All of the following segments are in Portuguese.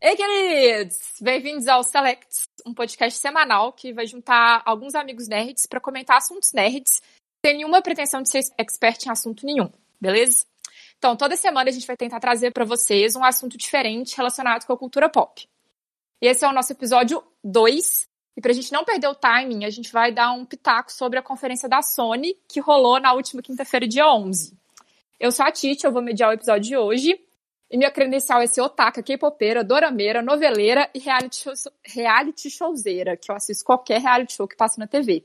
Ei, queridos! Bem-vindos ao Selects, um podcast semanal que vai juntar alguns amigos nerds para comentar assuntos nerds, sem nenhuma pretensão de ser expert em assunto nenhum, beleza? Então, toda semana a gente vai tentar trazer para vocês um assunto diferente relacionado com a cultura pop. E esse é o nosso episódio 2. E pra gente não perder o timing, a gente vai dar um pitaco sobre a conferência da Sony, que rolou na última quinta-feira, dia 11. Eu sou a Titi, eu vou mediar o episódio de hoje. E minha credencial é ser otaka, k-popeira, dorameira, noveleira e reality, show, reality showzeira, que eu assisto qualquer reality show que passa na TV.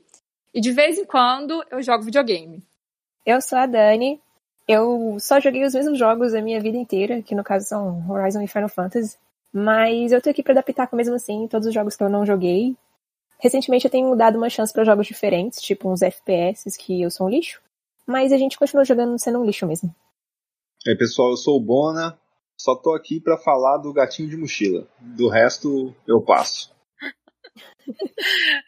E de vez em quando eu jogo videogame. Eu sou a Dani. Eu só joguei os mesmos jogos a minha vida inteira, que no caso são Horizon e Final Fantasy. Mas eu tô aqui pra adaptar com mesmo assim todos os jogos que eu não joguei. Recentemente eu tenho dado uma chance para jogos diferentes, tipo uns FPS, que eu sou um lixo. Mas a gente continua jogando sendo um lixo mesmo. E aí, pessoal, eu sou o Bona. Só tô aqui pra falar do gatinho de mochila. Do resto, eu passo.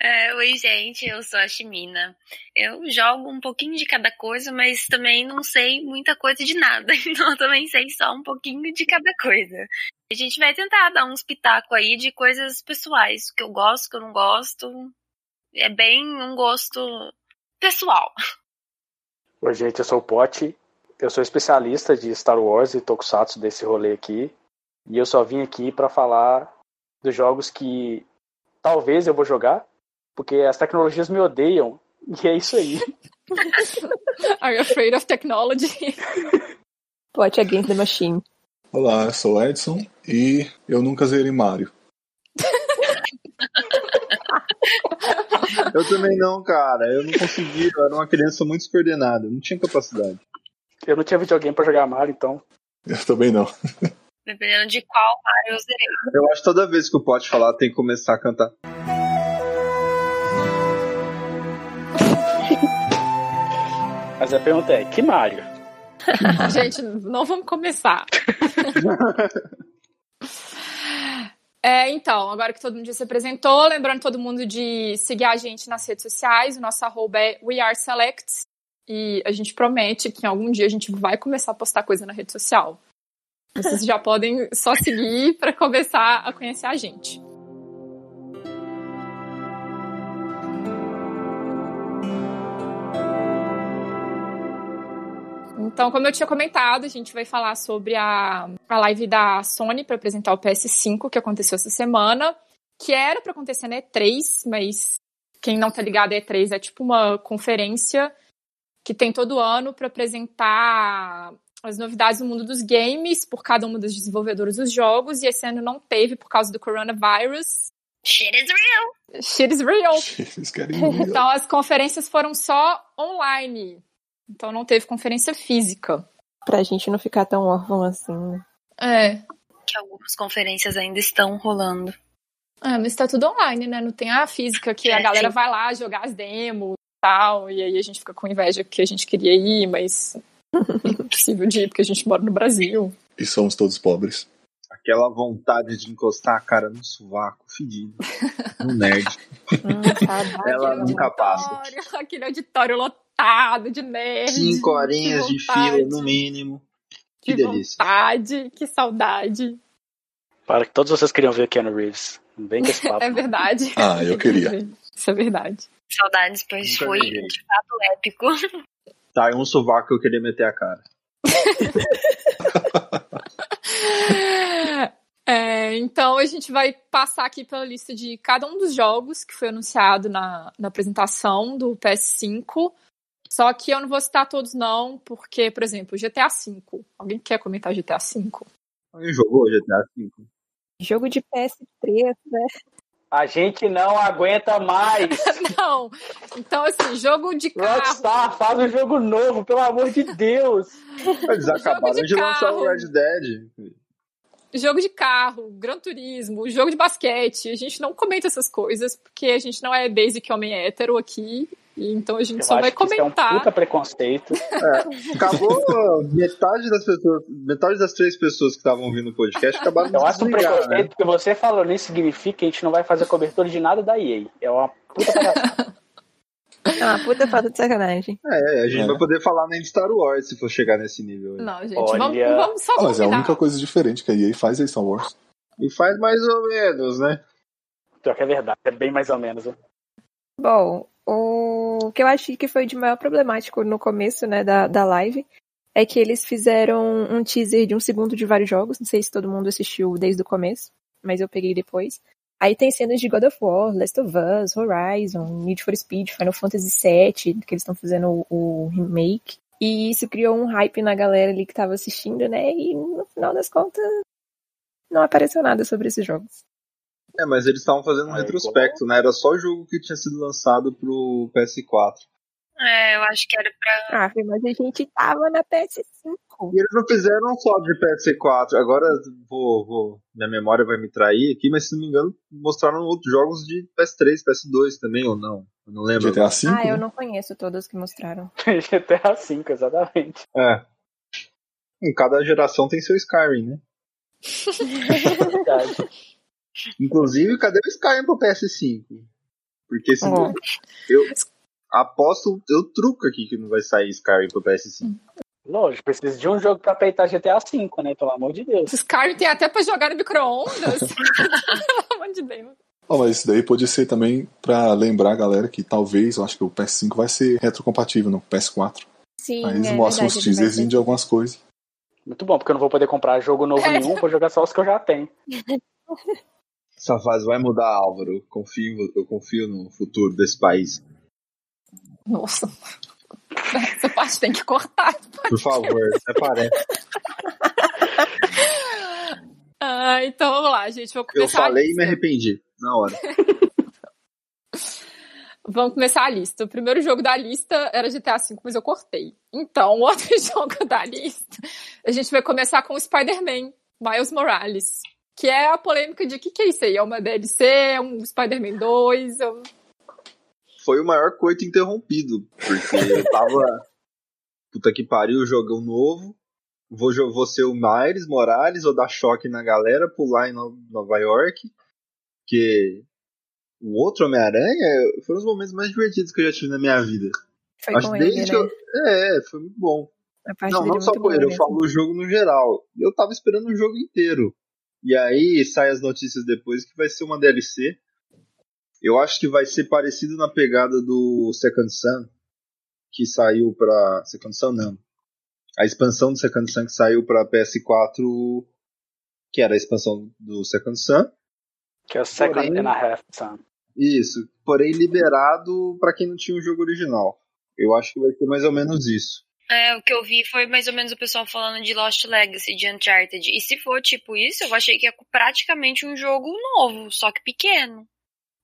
É, oi, gente, eu sou a Chimina. Eu jogo um pouquinho de cada coisa, mas também não sei muita coisa de nada. Então eu também sei só um pouquinho de cada coisa. A gente vai tentar dar uns pitacos aí de coisas pessoais, o que eu gosto, o que eu não gosto. É bem um gosto pessoal. Oi, gente, eu sou o Pote. Eu sou especialista de Star Wars e Tokusatsu desse rolê aqui. E eu só vim aqui pra falar dos jogos que talvez eu vou jogar, porque as tecnologias me odeiam. E é isso aí. Are you afraid of technology? Plot Against the Machine. Olá, eu sou o Edson e eu nunca zerei Mario. Eu também não, cara. Eu não consegui. Eu era uma criança muito descoordenada. Não tinha capacidade. Eu não tinha videogame pra jogar Mario, então. Eu também não. Dependendo de qual Mario eu zerei. Eu acho que toda vez que o Pote falar, tem que começar a cantar. Mas a pergunta é, que Mario? Gente, não vamos começar. É, então, agora que todo mundo já se apresentou, lembrando todo mundo de seguir a gente nas redes sociais, o nosso arroba é WeAreSelects, e a gente promete que em algum dia a gente vai começar a postar coisa na rede social. Vocês já podem só seguir para começar a conhecer a gente. Então, como eu tinha comentado, a gente vai falar sobre a, a live da Sony para apresentar o PS5 que aconteceu essa semana, que era para acontecer na E3, mas quem não tá ligado à E3 é tipo uma conferência que tem todo ano para apresentar as novidades do mundo dos games por cada uma dos desenvolvedores dos jogos, e esse ano não teve por causa do coronavírus. Shit is real! Shit is real! Eles querem morrer. Tá. Então as conferências foram só online. Então não teve conferência física. Pra gente não ficar tão órfão assim, né? É. Que algumas conferências ainda estão rolando. Ah, mas tá tudo online, né? Não tem a física que a É, galera sim. vai lá jogar as demos e tal, e aí a gente fica com inveja que a gente queria ir, mas impossível de ir porque a gente mora no Brasil. E somos todos pobres. Aquela vontade de encostar a cara no sovaco, fedido. No nerd. Hum, saudade. Ela Aquele nunca passa. auditório, Aquele auditório lotado de nerd. Cinco horinhas que de fila, vontade, no mínimo. Que Que delícia. vontade, que saudade. Para que todos vocês queriam ver Keanu Reeves. Bem com esse papo. É verdade. Ah, eu queria. Isso é verdade. Saudades, pois Nunca foi joguei. de fato épico. Tá, é um sovaco que eu queria meter a cara. É, então a gente vai passar aqui pela lista de cada um dos jogos que foi anunciado na, na apresentação do PS5. Só que eu não vou citar todos, não, porque, por exemplo, GTA V. Alguém quer comentar GTA V? Alguém jogou GTA V? Jogo de PS3, né? A gente não aguenta mais. Não! Então, assim, jogo de carro. Rockstar, faz um jogo novo, pelo amor de Deus. Eles acabaram de de lançar o carro. Red Dead. Jogo de carro, Gran Turismo, jogo de basquete. A gente não comenta essas coisas, porque a gente não é basic homem hétero aqui. E então a gente Eu só vai acho que isso é um comentar. puta preconceito. Acabou metade das pessoas, metade das três pessoas que estavam ouvindo o podcast acabaram de Eu acho um desligar, preconceito né? porque você falou nisso significa que a gente não vai fazer cobertura de nada da EA. É uma puta palhaçada. É uma puta falta de sacanagem. É, a gente É. vai poder falar nem de Star Wars se for chegar nesse nível. aí. Não, gente, Olha. vamos, vamos só Ah, mas é a combinar. única coisa diferente que a EA faz é Star Wars. E faz mais ou menos, né? Pior que é verdade, é bem mais ou menos. né? Bom, o que eu achei que foi de maior problemático no começo, né, da, da live, é que eles fizeram um teaser de um segundo de vários jogos. Não sei se todo mundo assistiu desde o começo, mas eu peguei depois. Aí tem cenas de God of War, Last of Us, Horizon, Need for Speed, Final Fantasy VII, que eles estão fazendo o, o remake. E isso criou um hype na galera ali que tava assistindo, né? E no final das contas, não apareceu nada sobre esses jogos. É, mas eles estavam fazendo um Aí, retrospecto, né? Era só o jogo que tinha sido lançado pro PS4. É, eu acho que era pra. Ah, mas a gente tava na PS5. E eles não fizeram só de PS4. Agora, vou, vou, minha memória vai me trair aqui, mas se não me engano, mostraram outros jogos de PS3, PS2 também, ou não? Eu não lembro. GTA V? Ah, eu né? não conheço todos que mostraram. GTA V, exatamente. É. Em cada geração tem seu Skyrim, né? Verdade. Inclusive, cadê o Skyrim pro PS5? Porque se Ó. eu aposto, eu truco aqui que não vai sair Skyrim pro PS5. Lógico, precisa de um jogo pra peitar GTA V, né? Pelo amor de Deus. Esses caras tem até pra jogar no micro-ondas. Pelo amor de Deus. Ó, Ah, mas isso daí pode ser também pra lembrar a galera que talvez, eu acho que o PS5 vai ser retrocompatível no PS4. Sim, Aí eles é mostram verdade, os ele vai teasers ser. um de algumas coisas. Muito bom, porque eu não vou poder comprar jogo novo É. nenhum, vou jogar só os que eu já tenho. Essa fase vai mudar, Álvaro. Eu confio, eu confio no futuro desse país. Nossa. Essa parte tem que cortar. Por favor, até parece. Ah, então vamos lá, gente. Vou Eu começar a falei e me lista. arrependi na hora. Vamos começar a lista. O primeiro jogo da lista era GTA V, mas eu cortei. Então, o outro jogo da lista, a gente vai começar com o Spider-Man, Miles Morales. Que é a polêmica de o que, que é isso aí? É uma DLC? É um Spider-Man 2? É um- Foi o maior coito interrompido, porque eu tava. Puta que pariu, jogão novo. Vou, jo- vou ser o Miles Morales, vou dar choque na galera, pular em No- Nova York. Porque o outro Homem-Aranha foram os momentos mais divertidos que eu já tive na minha vida. Foi Acho com que ele, desde né? que eu. É, foi muito bom. A parte Não, dele não é só muito com boa ele, eu mesmo. falo o jogo no geral. Eu tava esperando o jogo inteiro. E aí sai as notícias depois que vai ser uma DLC. Eu acho que vai ser parecido na pegada do Second Sun, que saiu pra. Second Sun não. A expansão do Second Sun que saiu pra PS4, que era a expansão do Second Sun. Que é o Second Porém- and a Half Son. Isso, porém liberado pra quem não tinha o jogo original. Eu acho que vai ser mais ou menos isso. É, o que eu vi foi mais ou menos o pessoal falando de Lost Legacy, de Uncharted. E se for tipo isso, eu achei que é praticamente um jogo novo, só que pequeno.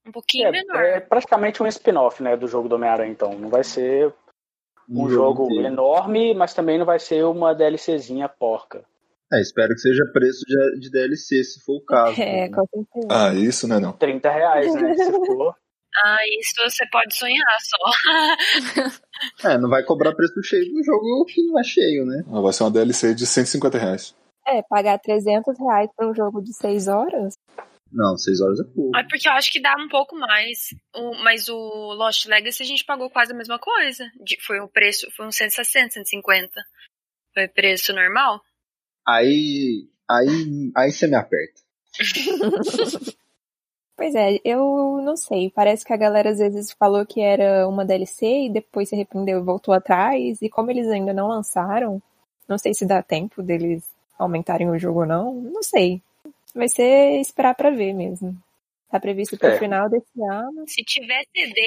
Um pouquinho menor. É, é praticamente um spin-off, né, do jogo do Homem-Aranha, então. Não vai ser um, jogo, inteiro. enorme, mas também não vai ser uma DLCzinha porca. É, espero que seja preço de, de DLC, se for o caso. É, né? com certeza. Ah, isso né não. 30 reais, né? Se for. Ah, isso você pode sonhar só. É, não vai cobrar preço cheio de um jogo que não é cheio, né? Ah, vai ser uma DLC de 150 reais. É, pagar 300 reais pra um jogo de 6 horas? Não, seis horas é pouco. É porque eu acho que dá um pouco mais. O- mas o Lost Legacy a gente pagou quase a mesma coisa. De- foi um preço, foi uns 160, 150. Foi preço normal. Aí. Aí. Aí você me aperta. Pois é, eu não sei. Parece que a galera às vezes falou que era uma DLC e depois se arrependeu e voltou atrás. E como eles ainda não lançaram, não sei se dá tempo deles aumentarem o jogo ou não. Não sei. Vai ser esperar pra ver mesmo. Tá previsto pro É. final desse ano. Se tiver CD,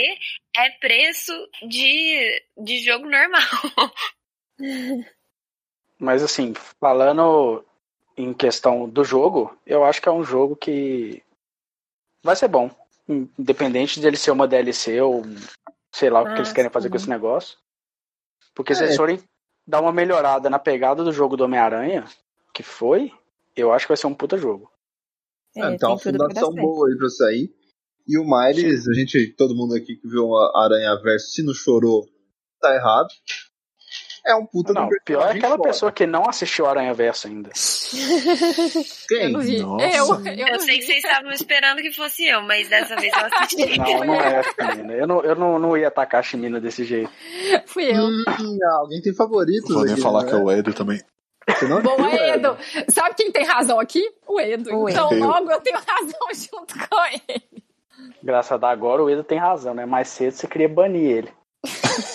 é preço de, de jogo normal. Mas assim, falando em questão do jogo, eu acho que é um jogo que vai ser bom. Independente dele ser uma DLC ou sei lá o que eles Ah, querem fazer com sim. esse negócio. Porque se É. eles forem dar uma melhorada na pegada do jogo do Homem-Aranha, que foi, eu acho que vai ser um puta jogo. É, Ah, tem então, uma tudo pra dar fundação certo. boa aí pra sair. E o Miles, a gente, todo mundo aqui que viu a Aranha Verso, se não chorou, tá errado. É um puta Não, do pior é personagem aquela foda. pessoa que não assistiu Aranha Verso ainda. Eu não Quem? vi. Nossa. Eu, eu, Eu não sei vi. que vocês estavam esperando que fosse eu, mas dessa vez eu assisti. Não, não é a Chimina. Eu não, eu não, não ia atacar a Chimina desse jeito. Fui eu. Hum, alguém tem favoritos Vou nem aqui, falar né? que é o Edo também. Você não Bom, viu, é Edo. Ed? Sabe quem tem razão aqui? O Edo. O então, Edo. logo eu tenho razão junto com ele. Graças a Deus, agora o Edo tem razão, né? Mais cedo você queria banir ele.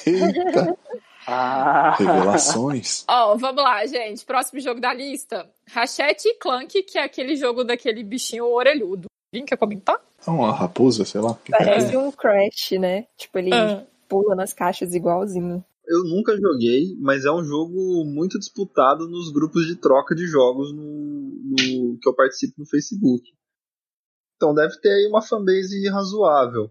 Eita, Ah, revelações. Ó, vamos lá, gente. Próximo jogo da lista: Rachete e Clank, que é aquele jogo daquele bichinho orelhudo. Alguém quer comentar? É uma raposa, sei lá. Parece um Crash, né? Tipo, ele Ah. pula nas caixas igualzinho. Eu nunca joguei, mas é um jogo muito disputado nos grupos de troca de jogos no, no- que eu participo no Facebook. Então deve ter aí uma fanbase razoável.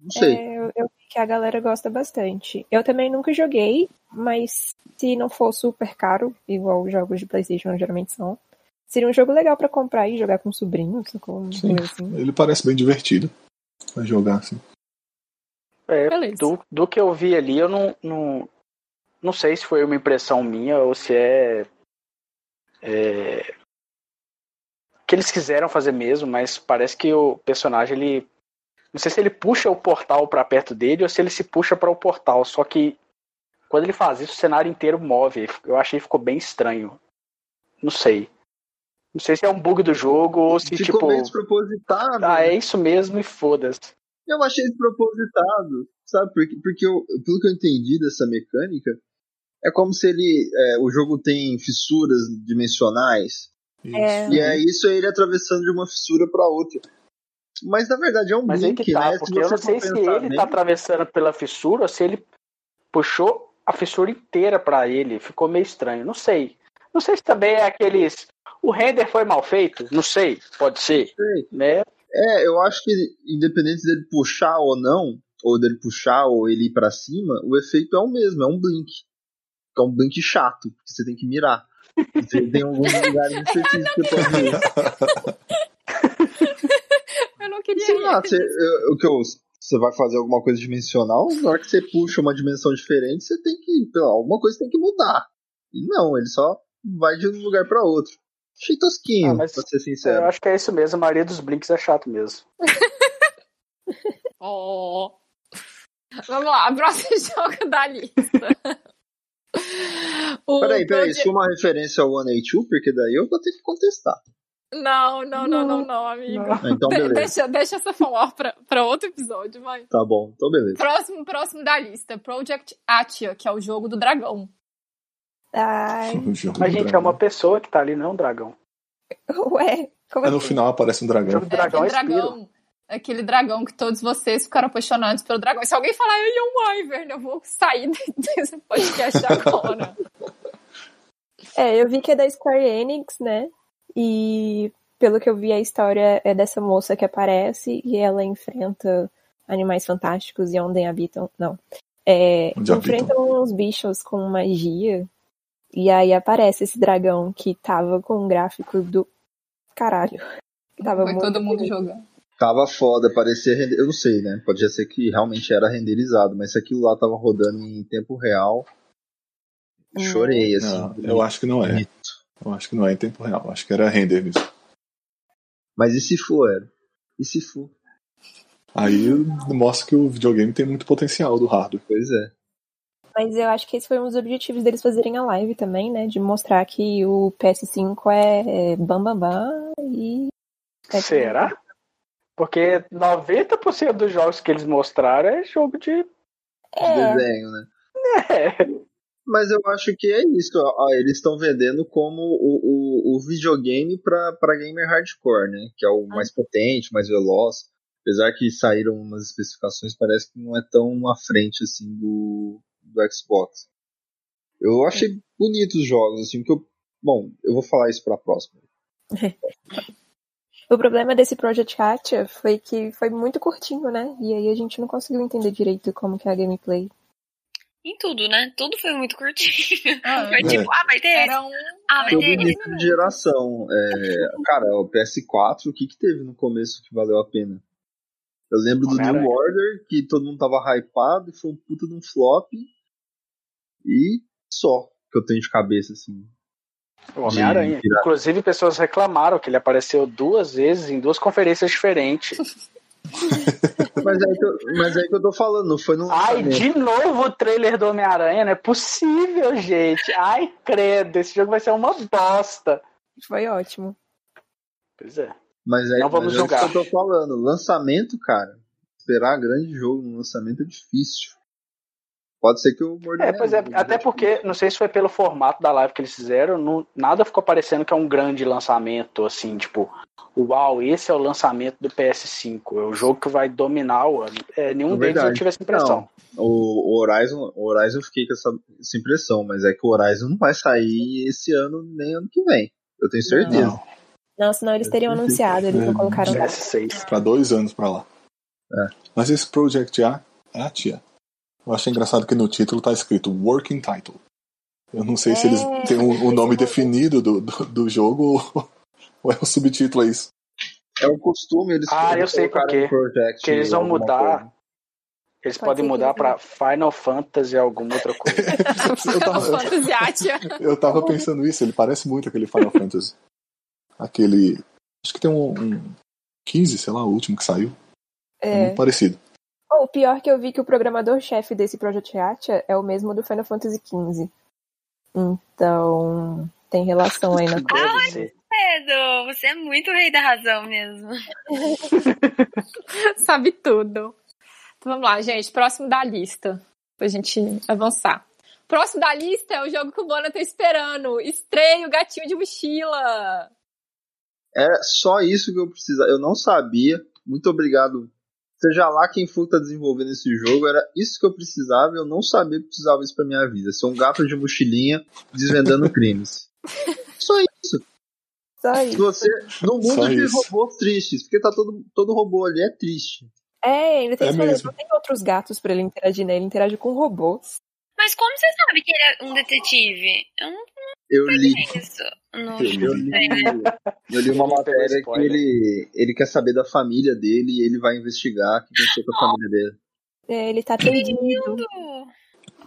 Não sei. É, eu, eu vi que a galera gosta bastante. Eu também nunca joguei, mas se não for super caro, igual os jogos de Playstation geralmente são, seria um jogo legal pra comprar e jogar com o sobrinho, com um Sim. assim. Ele parece bem divertido pra jogar assim. é, Beleza. do, do que eu vi ali, eu não, não, não sei se foi uma impressão minha ou se é, é, que eles quiseram fazer mesmo, mas parece que o personagem ele não sei se ele puxa o portal pra perto dele ou se ele se puxa pra o portal, só que quando ele faz isso, o cenário inteiro move. Eu achei que ficou bem estranho. Não sei. Não sei se é um bug do jogo ou se Ficou tipo, meio né? despropositado. ah, é isso mesmo e foda-se. Eu achei despropositado, sabe? Porque, porque eu- pelo que eu entendi dessa mecânica, é como se ele. é, o jogo tem fissuras dimensionais. É. Uhum. Isso. E é isso é ele atravessando de uma fissura pra outra. Mas na verdade é um Mas aí link, que tá, né? porque eu não for sei se pensar ele bem- tá atravessando pela fissura ou se ele puxou a fissura inteira pra ele. Ficou meio estranho, não sei. Não sei se também é aqueles. O render foi mal feito? Não sei, pode ser, Sei. né? É, eu acho que independente dele puxar ou não, ou dele puxar ou ele ir pra cima, o efeito é o mesmo, é um blink. Que é um blink chato, porque você tem que mirar. Você tem alguns lugares específicos que você pode ir. Eu não queria. Sei lá, ir. você, eu- o que eu, você vai fazer alguma coisa dimensional, na hora que você puxa uma dimensão diferente, você tem que, sei lá, alguma coisa tem que mudar. E não, ele só vai de um lugar pra outro. Achei tosquinho, Ah, mas- pra ser Eu sincero. acho que é isso mesmo, a maioria dos blinks é chato mesmo. Ó. Vamos lá, próximo jogo da lista. O Peraí, peraí, Project- isso é uma referência ao 182, porque daí eu vou ter que contestar. Não, não, não, não, não, amigo. Não. Ah, Então, De- deixa, beleza. deixa essa fanwar pra, pra outro episódio, vai. Tá bom, então beleza. Próximo, próximo da lista. Project Atia, que é o jogo do dragão. Ai, O Um jogo Mas, do gente, é dragão. uma pessoa que tá ali, não é um dragão. ué, como Aí no assim? final aparece um O dragão. jogo do dragão é, aquele Spiro. dragão. Aquele dragão que todos vocês ficaram apaixonados pelo dragão. Se alguém falar, eu e um Wyvern, eu vou sair desse podcast agora. É, eu vi que é da Square Enix, né? E pelo que eu vi, a história é dessa moça que aparece e ela enfrenta animais fantásticos e onde habitam. Não. É, Onde enfrentam uns bichos com magia. E aí aparece esse dragão que tava com um gráfico do caralho. Que tava Foi muito todo mundo bonito. jogando. Tava foda, parecia. rende- Eu não sei, né? Podia ser que realmente era renderizado, mas se aquilo lá tava rodando em tempo real, Não. chorei, assim. Não, eu acho que não é. bonito. Eu acho que não é em tempo real. Eu Acho que era render mesmo. Mas e se for, era? E se for? Aí mostra que o videogame tem muito potencial do hardware. Pois é. Mas eu acho que esse foi um dos objetivos deles fazerem a live também, né? De mostrar que o PS5 é é bam bam bam e. é- Será? Porque 90% dos jogos que eles mostraram é jogo de. É, Desenho, né? É. Mas eu acho que é isso. ó, ó, Eles estão vendendo como o, o, o videogame pra, pra gamer hardcore, né? Que é o mais potente, mais veloz. Apesar que saíram umas especificações, parece que não é tão à frente assim do, do Xbox. Eu achei bonitos os jogos, assim, que eu. Bom, eu vou falar isso pra próxima. O problema desse Project Katia foi que foi muito curtinho, né? E aí a gente não conseguiu entender direito como que é a gameplay. Em tudo, né? Tudo foi muito curtinho. É. Ah, Foi tipo, ah, vai ter esse. Era um. Ah, era vai Jogo ter um- esse. início de geração. é, cara, o PS4, o que, que teve no começo que valeu a pena? Eu lembro do Homem-Aranha. New Order, que todo mundo tava hypado, e foi um puta de um flop. E só que eu tenho de cabeça, assim. O Homem-Aranha. De pirata. Inclusive, pessoas reclamaram que ele apareceu duas vezes em duas conferências diferentes. Mas é, que eu, mas é que eu tô falando, não foi no Ai, lançamento. de novo o trailer do Homem-Aranha? Não é possível, gente. Ai, credo, esse jogo vai ser uma bosta. Foi ótimo. Pois é. Mas é, Não vamos mas é julgar. isso que eu tô falando. Lançamento, cara. Esperar grande jogo no lançamento é difícil. Pode ser que eu morda É, minha pois é, língua, até gente. porque, não sei se foi pelo formato da live que eles fizeram, não- nada ficou parecendo que é um grande lançamento, assim, tipo, uau, esse é o lançamento do PS5, é o jogo que vai dominar o ano. É, nenhum É deles eu verdade. tive essa impressão. O, o Horizon, o Horizon eu fiquei com essa, essa impressão, mas é que o Horizon não vai sair esse ano nem ano que vem. Eu tenho É. certeza. Não, Não, senão eles É, teriam anunciado, eles não colocaram nada. PS6. pra dois anos pra lá. É. Mas esse Project A é a tia. Eu achei engraçado que no título tá escrito Working Title. Eu não sei se eles É, têm um, um nome esse- definido do, do, do jogo ou, ou é um subtítulo a isso. É o costume eles Ah, eles eu sei por colocarem quê. Project Que eles vão alguma mudar. coisa. Eles Pode podem ser que mudar eles pra Final Fantasy alguma outra coisa. Eu Final tava- Fantasy Atia. Eu tava pensando isso, ele parece muito aquele Final Fantasy. Aquele. Acho que tem um, um 15, sei lá, o último que saiu. É, É. muito parecido. Oh, o pior que eu vi que o programador-chefe desse Project Atia é o mesmo do Final Fantasy XV. Então, tem relação aí na coisa. Deve ser. Pedro, você é muito rei da razão mesmo. Sabe tudo. Então vamos lá, gente. Próximo da lista. Pra gente avançar. Próximo da lista é o jogo que o Bona tá esperando. Estreia o gatinho de mochila. Era É só isso que eu precisava. Eu não sabia. Muito obrigado. Seja lá quem for que tá desenvolvendo esse jogo, era isso que eu precisava. Eu não sabia que precisava isso pra minha vida. Ser um gato de mochilinha desvendando crimes. Só isso. Só Se isso. Você, no mundo Só de isso. robôs tristes, porque tá todo, todo robô ali é triste. É, ainda tem É esse rolê, mesmo. Não tem outros gatos pra ele interagir, né? Ele interage com robôs. Mas como você sabe que ele é um detetive? Eu não Eu É li, sei isso. Não. Eu li. eu li, eu li uma Ele pegou matéria que spoiler. ele, ele quer saber da família dele e ele vai investigar o que aconteceu com a família dele. É, ele tá perdido.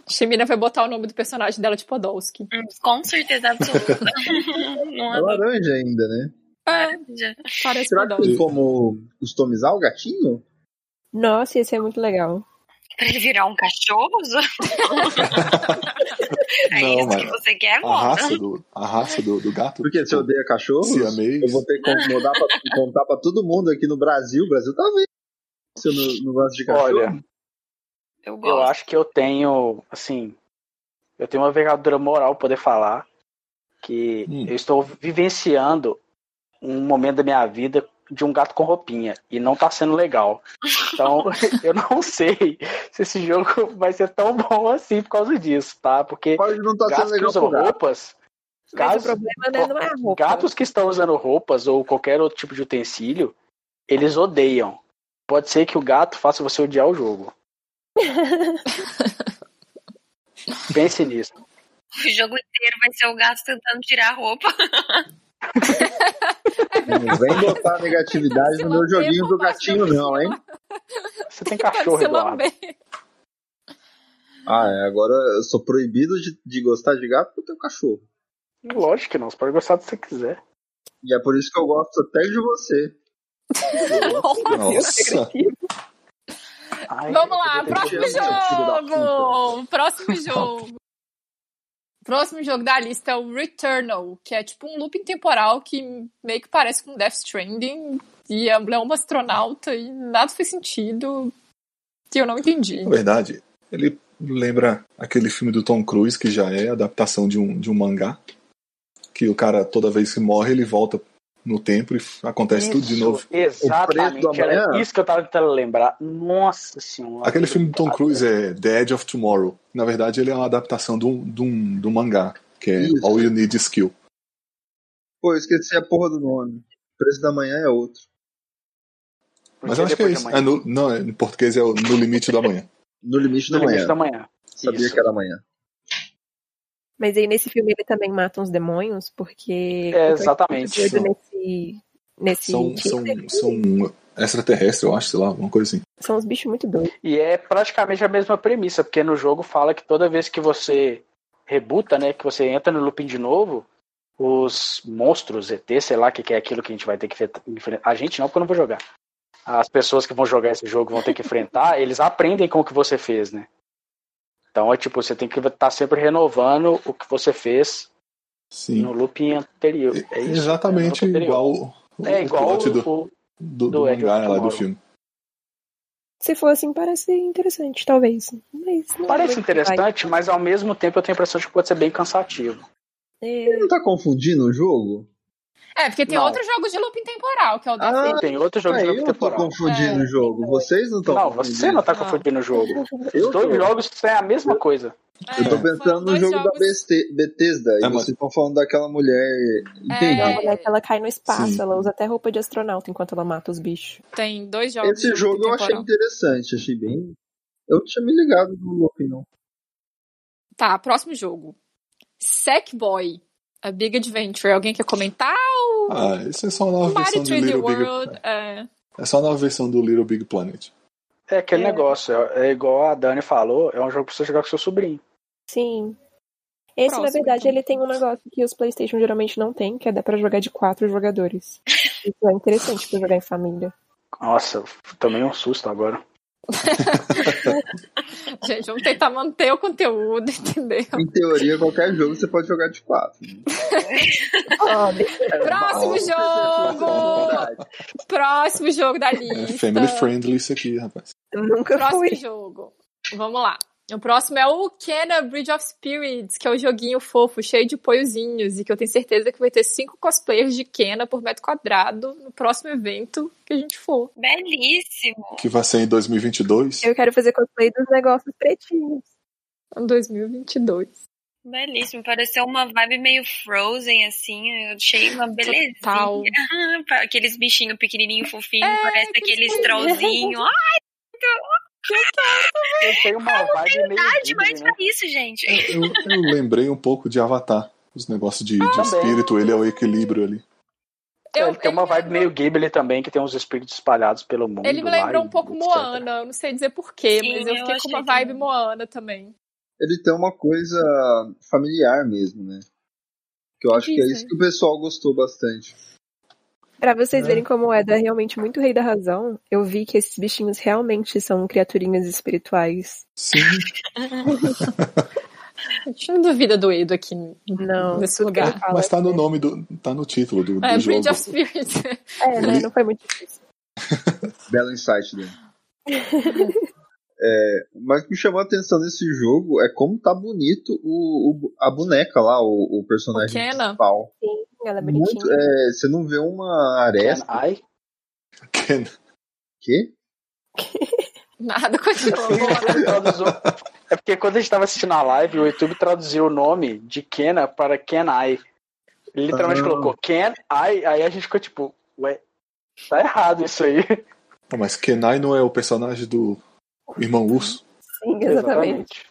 Shemina vai botar o nome do personagem dela tipo, de Podolsky. Hum, Com certeza absoluta. não É laranja ainda, né? É, laranja. parece Será que tem Podolsky. como customizar o gatinho? Nossa, ia ser muito legal. Pra ele virar um cachorro? é Não, isso que mas você né? quer, a amor? raça do, a raça do, do gato. Porque se eu odeia cachorros, Siamês. eu vou ter que mudar pra, contar pra todo mundo aqui no Brasil. O Brasil tá vendo. Se eu não, não gosto de cachorro. Olha, Eu gosto. eu acho que eu tenho, assim, eu tenho uma verdadeira moral poder falar que Hum. eu estou vivenciando um momento da minha vida de um gato com roupinha e não tá sendo legal. Então, eu não sei se esse jogo vai ser tão bom assim por causa disso, tá? Porque Pode não tá sendo gatos que legal usam pro gato. roupas, Mas o gatos, problema né, não é a roupa. gatos que estão usando roupas ou qualquer outro tipo de utensílio, eles odeiam. Pode ser que o gato faça você odiar o jogo. Pense nisso. O jogo inteiro vai ser o gato tentando tirar a roupa. Não vem botar Tentando negatividade se no meu lamber joguinho por do baixo da gatinho, não, hein? mochila. Você tem Tentando cachorro, se Eduardo. lamber. Ah, é, agora eu sou proibido de, de gostar de gato porque eu tenho cachorro. Lógico que não, você pode gostar do que você quiser. E é por isso que eu gosto até de você. Nossa! Ai, Vamos eu lá, podia ter próximo dito- seu filho da jogo! Próximo jogo. Próximo jogo da lista é o Returnal, que é tipo um looping temporal que meio que parece com Death Stranding. E é um astronauta e nada faz sentido. Que eu não entendi. Na é verdade, ele lembra aquele filme do Tom Cruise, que já é adaptação de um, de um mangá. Que o cara, toda vez que morre, ele volta no tempo e f- acontece Tá tudo de Isso, novo. O preço Exatamente, do amanhã? era isso que eu tava tentando lembrar. Nossa senhora. Aquele filme do Tom obrigado. Cruise é The Edge of Tomorrow. Na verdade, ele é uma adaptação de um, de um, de um mangá, que é Isso. All You Need Is Skill. Pô, eu esqueci a porra do nome. O preço da manhã é outro. Por Mas eu acho que é depois isso. de É amanhã? no, não, é- em português é o No Limite do Amanhã. No limite No da limite manhã. da manhã. Sabia Isso. que era amanhã. Mas aí nesse filme ele também mata uns demônios, porque É, eu tô exatamente. doido São- nesse, nesse São, teaser. são, são extraterrestres, eu acho, sei lá, alguma coisa assim. São uns bichos muito doidos. E é praticamente a mesma premissa, porque no jogo fala que toda vez que você rebuta, né, que você entra no looping de novo, os monstros, ET, sei lá, que que é aquilo que a gente vai ter que enfrentar. A gente não, porque eu não vou jogar. as pessoas que vão jogar esse jogo vão ter que enfrentar, eles aprendem com o que você fez, né? Então é tipo, você tem que estar sempre renovando o que você fez Sim. no looping anterior. É isso, Exatamente né? No looping anterior. igual o, É o igual plot do, o- do, do do Edge of mangá lá do Tomorrow. filme. Se for assim, parece interessante, talvez. Mas não é Parece sei interessante, mas ao mesmo tempo eu tenho a impressão de que pode ser bem cansativo. vai. Ele É, não tá confundindo o jogo? É, porque tem Não. outros jogos de looping temporal, que é o Ah, DC. E tem outro jogo Ah, de eu loop tô temporal. confundindo É, o jogo. Vocês não estão Não, confundindo. você não tá Não. confundindo o jogo. Eu Os dois tô. jogos têm a mesma coisa. Eu tô É, pensando foram no dois jogo da jogos. Beste- Bethesda. e É, mas- vocês estão falando daquela mulher. Entendi. não, É, a mulher que ela cai no espaço, Sim. ela usa até roupa de astronauta enquanto ela mata os bichos. tem dois jogos Esse de looping jogo eu achei temporal. interessante, achei bem. Eu não tinha me ligado no loop, não. Tá, próximo jogo. Sackboy, A Big Adventure. Alguém quer comentar? Ah, isso é só a nova Mario versão de 3D Little World. Big. é. É só a nova versão do Little Big Planet. É aquele É. negócio, é é igual a Dani falou, é um jogo pra você jogar com seu sobrinho. Sim. Esse, na Próximo, verdade, então. ele tem um negócio que os PlayStation geralmente não tem, que é dá pra jogar de quatro jogadores. Isso é interessante pra jogar em família. Nossa, também um susto agora. É. Gente, vamos tentar manter o conteúdo, entendeu? Em teoria, qualquer jogo você pode jogar de quatro. Ó, deixa Próximo jogo! Próximo jogo da É lista. family friendly isso aqui, rapaz. eu- nunca Próximo fui. jogo. Vamos lá. O próximo é o Kena Bridge of Spirits, que é um joguinho fofo, cheio de poiozinhos, e que eu tenho certeza que vai ter cinco cosplayers de Kena por metro quadrado no próximo evento que a gente for. Belíssimo. Que vai ser em 2022. Eu quero fazer cosplay dos negócios pretinhos. Em 2022. Belíssimo. Pareceu uma vibe meio Frozen, assim. Eu achei uma belezinha. Tal. Aqueles bichinhos pequenininhos, fofinhos. parece aqueles aqueles trollzinhos. Ah, Ele tem uma vibe meio demais Ghibli, né? pra isso, gente. Eu, eu- eu lembrei um pouco de Avatar. Os negócios de, de também. espírito, ele é o equilíbrio ali. ele tem é uma me vibe lembrou- meio Ghibli também, que tem uns espíritos espalhados pelo mundo. Ele me lá lembrou e um pouco etc. Moana, eu não sei dizer porquê, Sim, mas eu eu fiquei com uma achei vibe também. Moana também. Ele tem uma coisa familiar mesmo, né? Que eu acho que é isso Disney. que o pessoal gostou bastante. Pra vocês É. verem como o Eda é realmente muito rei da razão, eu vi que esses bichinhos realmente são criaturinhas espirituais. Sim, A gente não duvida do Edo aqui Não, nesse tudo que ele lugar. fala. mas tá no é- nome do. tá no título do, do É, jogo. Bridge of Spirits. É, né? Ele- Não foi muito difícil. Belo insight dele. É, mas o que chamou a atenção nesse jogo é como tá bonito o, o- a boneca lá, o, o personagem O Kenna? principal. Sim, ela é Muito, bonitinha. é, você não vê uma aresta, Can I? Ken- quê? Nada, continua. Moana. Então, Ele traduziu- É porque quando a gente tava assistindo a live, o YouTube traduziu o nome de Kena para Can I. Ele literalmente Ah. colocou Can I, aí a gente ficou tipo, ué, tá errado isso aí. Não, mas Kenai não é o personagem do Irmão Urso. Sim, exatamente.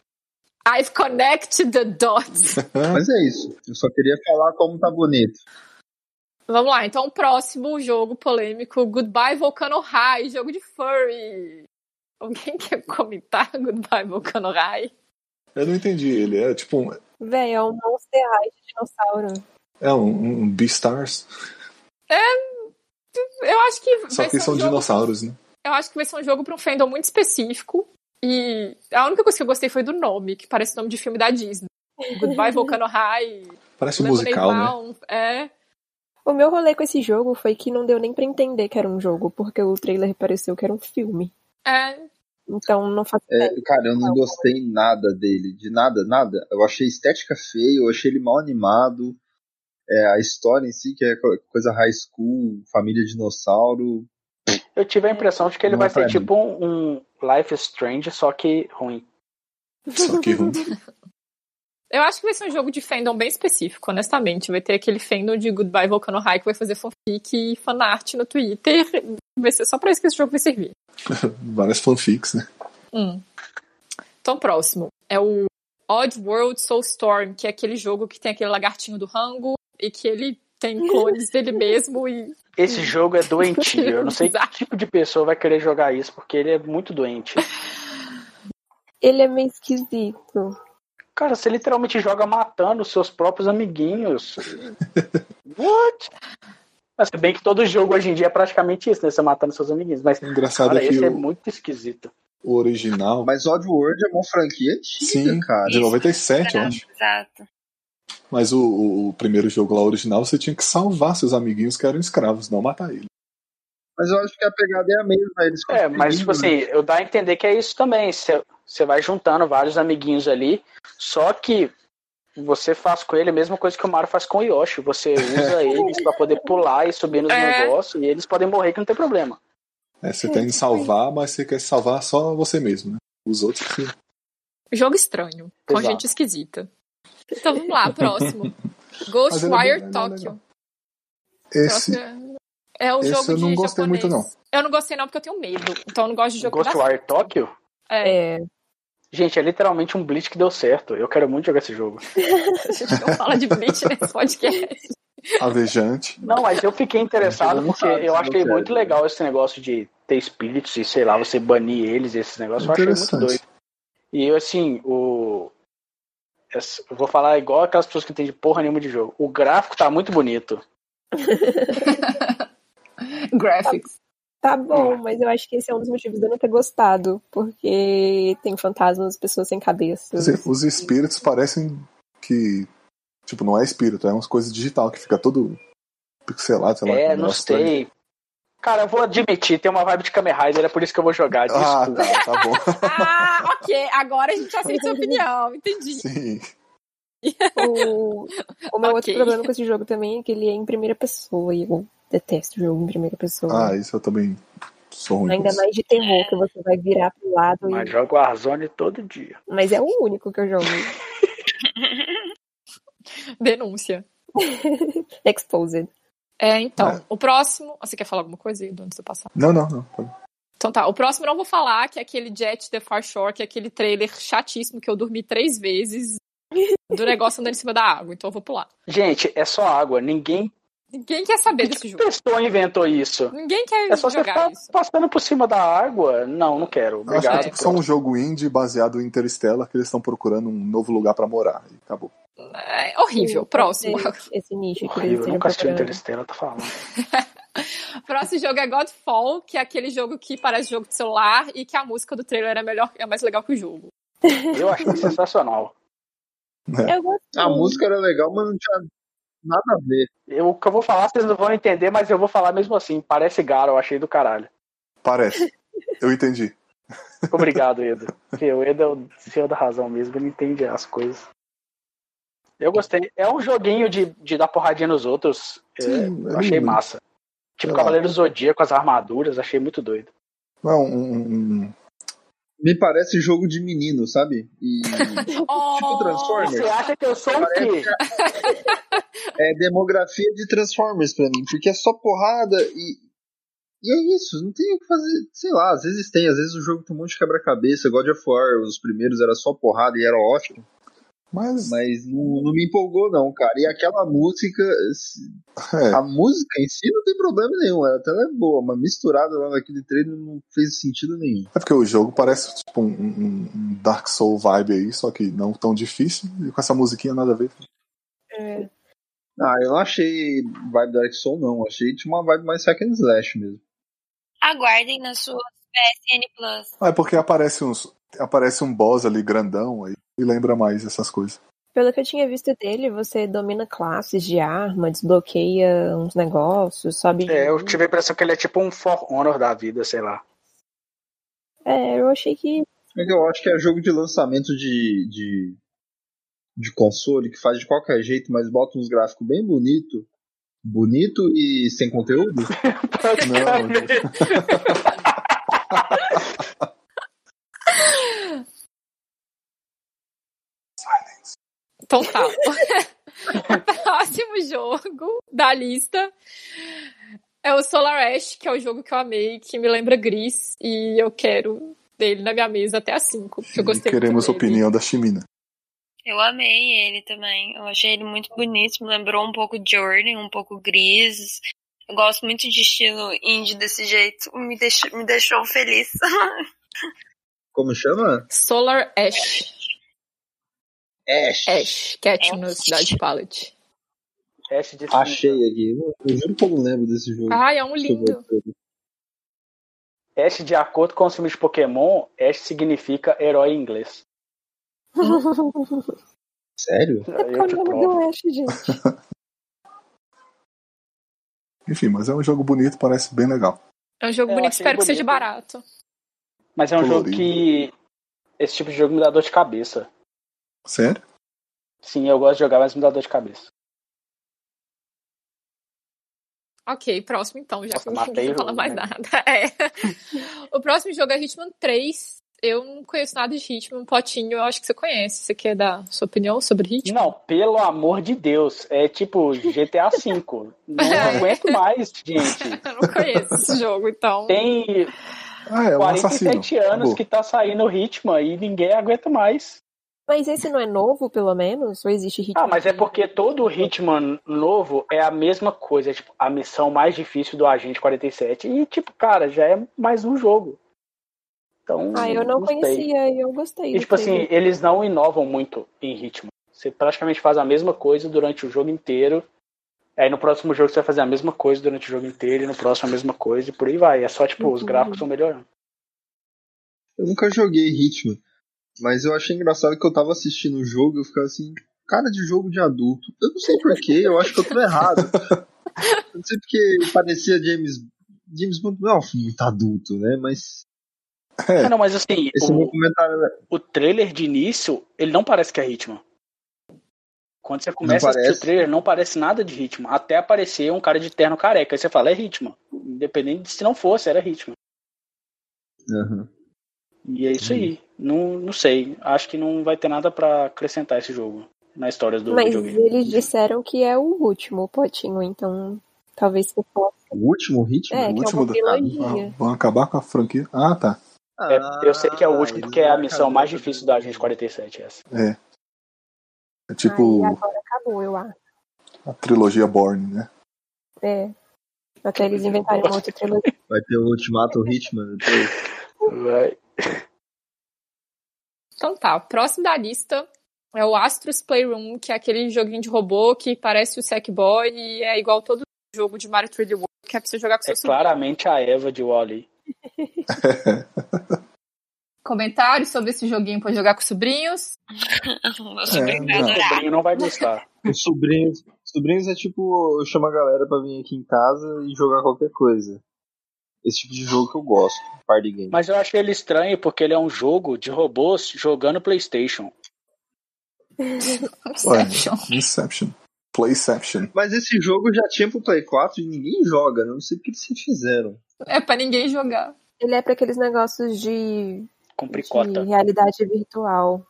I've connected the dots. Mas é isso. Eu só queria falar como tá bonito. Vamos lá, então o próximo jogo polêmico, Goodbye Volcano High, jogo de furry. Alguém quer comentar Goodbye Volcano High? Eu não entendi. Ele é tipo um. Véi, é um Monster High de dinossauro. É um, um- um Beastars. Eu acho que Só vai que ser são um jogo dinossauros, né? eu acho que vai ser um jogo pra um fandom muito específico. E a única coisa que eu gostei foi do nome, que parece o nome de filme da Disney. Goodbye Volcano High, Parece um Lemonade musical, né? Mount, é. O meu rolê com esse jogo foi que não deu nem pra entender que era um jogo, porque o trailer pareceu que era um filme. é. Então não faço É, ideia. cara, eu então, não gostei nada dele. De nada, nada. Eu achei a estética feia, eu achei ele mal animado. É, a história em si, que é co- coisa high school, família dinossauro. Eu tive a impressão de que ele Não vai é pra ser mim. tipo um, um Life is Strange, só que ruim. Só que ruim. Eu acho que vai ser um jogo de fandom bem específico, honestamente. Vai ter aquele fandom de Goodbye Volcano High que vai fazer fanfic e fanart no Twitter. Vai ser só pra isso que esse jogo vai servir. Várias fanfics, né? Hum. Então, próximo. É o Oddworld Soulstorm, que é aquele jogo que tem aquele lagartinho do rango e que ele tem clones dele mesmo e Esse jogo é doentio. Eu não sei que Bizarro. tipo de pessoa vai querer jogar isso, porque ele é muito doente. Ele é meio esquisito. Cara, você literalmente joga matando os seus próprios amiguinhos. What? Mas se bem que todo jogo hoje em dia é praticamente isso, né? Você matando seus amiguinhos. Mas, Engraçado cara, é que esse é o- muito esquisito. O original. Mas Oddworld é uma franquia antiga, Sim, cara. de 97, É. eu acho. Exato. Mas o, o- o primeiro jogo lá original, você tinha que salvar seus amiguinhos que eram escravos, não matar eles. Mas eu acho que a pegada é a mesma. Eles É, mas, tipo conseguiram, né? assim, eu dá a entender que é isso também. Você você vai juntando vários amiguinhos ali, só que você faz com ele a mesma coisa que o Mario faz com o Yoshi. Você usa eles pra poder pular e subir nos É. negócios, e eles podem morrer que não tem problema. É, você tem que salvar, mas você quer salvar só você mesmo, né? Os outros. que- Jogo estranho, com Exato. gente esquisita. Então vamos lá, próximo. Mas ele é bem- Ghostwire ele é Tokyo. legal. Esse, Próximo é é o esse jogo eu não de gostei japonês. muito, não. Eu não gostei não porque eu tenho medo. Então eu não gosto de jogo da Ghostwire Tokyo? É, É, Gente, é literalmente um Blitz que deu certo. Eu quero muito jogar esse jogo. a gente não fala de Bleach nesse podcast. Avejante. Não, mas eu fiquei interessado Todo mundo porque sabe eu se é. achei não muito serve, legal esse negócio de ter espíritos e sei lá, você banir eles, esses negócios. Eu achei muito doido. Interessante. E eu, assim, o. essa- Eu vou falar igual aquelas pessoas que entendem porra nenhuma de jogo. O gráfico tá muito bonito. Graphics. tá bom, mas eu acho que esse é um dos motivos de eu não ter gostado, porque tem fantasmas, pessoas sem cabeça. Quer dizer, os espíritos parecem que. Tipo, não é espírito, é umas coisas digital que fica todo pixelado, sei lá. é, um não negócio estranho. sei. Cara, eu vou admitir, tem uma vibe de Kamen Rider, é por isso que eu vou jogar. Ah, Desculpa. tá, tá bom. Ah, ok. Agora a gente aceita sua opinião. Entendi. Sim. O, o meu outro Ok. problema com esse jogo também é que ele é em primeira pessoa e eu detesto jogo em primeira pessoa. é Ah, isso eu também sou ruim com Ainda isso. mais de terror, que você vai virar pro lado. Mas E... jogo Warzone todo dia. Mas é o único que eu jogo. Denúncia. Exposed. É, então, É. o próximo. Você quer falar alguma coisa Edu, antes de eu passar? Não, não, não. pode. Então tá, o próximo eu não vou falar, que é aquele Jet The Far Shore, que é aquele trailer chatíssimo que eu dormi três vezes do negócio andando em cima da água, então eu vou pular. Gente, é só água. Ninguém. Ninguém quer saber desse Que jogo. pessoa inventou isso? Ninguém quer É só você jogar ficar isso. passando por cima da água? Não, não quero. Eu acho que é Obrigado. tipo só um jogo indie baseado em Interstellar que eles estão procurando um novo lugar pra morar. E acabou. É horrível. Sim, pode Próximo. ser Esse nicho que eles Horrível, estejam nunca assisti procurando. Interstellar, tá falando. Próximo jogo é Godfall, que é aquele jogo que parece jogo de celular e que a música do trailer é melhor, é mais legal que o jogo. Eu achei sensacional. É. Eu assim, gostei. Ah, A música era legal, mas não tinha nada a ver. Eu, o que eu vou falar, vocês não vão entender, mas eu vou falar mesmo assim. Parece Garo, eu achei do caralho. Parece. Eu entendi. Obrigado, Edo. Porque o Edo é o senhor da razão mesmo, ele entende as coisas. Eu gostei. É um joguinho de, de dar porradinha nos outros. É, Sim, eu achei ele- massa. Tipo sei lá. Cavaleiro Zodíaco, as armaduras, achei muito doido. Não, é um, um- um- Me parece jogo de menino, sabe? E Oh, tipo Transformers. Você acha que eu sou o quê? é demografia de Transformers pra mim, porque é só porrada e. E é isso, não tem o que fazer. Sei lá, às vezes tem, às vezes o jogo tem um monte de quebra-cabeça. God of War, os primeiros era só porrada e era ótimo, Mas, mas não, não me empolgou, não, cara. E aquela música, é, a música em si não tem problema nenhum, ela até ela é boa, mas misturada lá naquele treino não fez sentido nenhum. é porque o jogo parece tipo um, um- um Dark Soul vibe aí, só que não tão difícil. E com essa musiquinha nada a ver. É. Ah, eu não achei vibe Dark Soul, não. Achei tinha uma vibe mais Second Slash mesmo. Aguardem na sua PSN Plus. Ah, é porque aparece uns. Aparece um boss ali grandão aí e lembra mais essas coisas. Pelo que eu tinha visto dele, você domina classes de arma, desbloqueia uns negócios, sobe. de É, eu nível. tive a impressão que ele é tipo um For Honor da vida, sei lá. É, eu achei que. É que eu acho que é jogo de lançamento de, de, de console que faz de qualquer jeito, mas bota uns gráficos bem bonito, bonito e sem conteúdo. Não, então tá. o próximo jogo da lista é o Solar Ash, que é o jogo que eu amei, que me lembra Gris, e eu quero dele na minha mesa até as 5, porque eu e gostei muito queremos dele. opinião da Chimina. Eu amei ele também. Eu achei ele muito bonito. Me lembrou um pouco Journey, um pouco Gris. Eu gosto muito de estilo indie desse jeito. Me deixou, me deixou feliz. Como chama? Solar Ash. é Ash. Ash, Cat na Cidade Palette. Hash de Achei aqui. Eu, eu juro que eu não lembro desse jogo. Ai, é um Deixa eu ver lindo. pra ele. Ash, de acordo com os filmes de Pokémon, Ash significa herói em inglês. Sério? Eu tipo, Qual te o nome provo. do Ash, gente? Enfim, mas é um jogo bonito, parece bem legal. É um jogo É, eu bonito, achei espero que seja bonito. barato. Mas é um jogo Colorido. que. Esse tipo de jogo me dá dor de cabeça. Sério? Sim, eu gosto de jogar, mas me dá dor de cabeça. Ok, próximo então, já Nossa, que eu não matei vou o falar mais jogo, né? nada. É. O próximo jogo é Hitman 3. Eu não conheço nada de Hitman, Um Potinho, eu acho que você conhece. Você quer dar sua opinião sobre Tipo- Hitman? Não, pelo amor de Deus. É tipo GTA V. Não É. aguento mais, gente. Eu não conheço esse jogo, então. Tem Ah, é um assassino. 47 anos Acabou. que tá saindo o ritmo e ninguém aguenta mais. Mas esse não é novo, pelo menos? Ou existe ritmo? Ah, mas é que- porque todo Hitman novo é a mesma coisa, é, tipo, a missão mais difícil do Agente 47 e tipo, cara, já é mais um jogo. Então, Ah, eu não sei. conhecia e eu gostei E do tipo assim, trailer. eles não inovam muito em ritmo. Você praticamente faz a mesma coisa durante o jogo inteiro. Aí no próximo jogo você vai fazer a mesma coisa durante o jogo inteiro, e no próximo a mesma coisa, e por aí vai. É só, tipo, os Uhum. gráficos estão melhorando. Eu nunca joguei Hitman, mas eu achei engraçado que eu tava assistindo o jogo e eu ficava assim, cara de jogo de adulto. Eu não sei porquê, eu acho que eu tô errado. Eu não sei porque parecia James. James Bond não é um filme muito adulto, né? Mas Ah, não, mas assim, É. esse o, documentário né? o trailer de início, ele não parece que é Hitman. Quando você começa a assistir o parece. trailer, não parece nada de Hitman. Até aparecer um cara de terno careca. Aí você fala, é Hitman. Independente de se não fosse, era Hitman. Aham. E é isso aí. Não, não sei. Acho que não vai ter nada pra acrescentar esse jogo na história do Mas videogame. eles disseram que é o último, o Potinho, então talvez se for. O último Hitman? É, o que é último uma da- Ah, trilogia. Vão acabar com a franquia. Ah, tá. É, Ah, eu sei que é o último eles né? porque é a vão missão acabar mais com a difícil da trilogia. Agente 47 essa. É. É Aí tipo agora acabou, eu acho. a trilogia Born, né? É. Até eles inventarem um uma outra trilogia. Vai ter o né? Ultimato Hitman depois. Vai. Então tá, o próximo da lista é o Astros Playroom, que é aquele joguinho de robô que parece o Sackboy e é igual todo jogo de Mario 3D World, que é pra você jogar com É seu sobrinho. claramente a Eva de Wally. Comentários sobre esse joguinho pra jogar com sobrinhos. Meu sobrinho vai não. O adorar. sobrinho não vai gostar. Os sobrinhos. Sobrinhos é tipo, eu chamo a galera pra vir aqui em casa e jogar qualquer coisa. Esse tipo de jogo que eu gosto, party game. Mas eu achei ele estranho porque ele é um jogo de robôs jogando PlayStation. Ué, Inception. Inception. Playception. Mas esse jogo já tinha pro Play 4 e ninguém joga, né? Eu Não sei o que eles fizeram. É pra ninguém jogar. Ele é pra aqueles negócios de, Cumprir de cota. realidade virtual.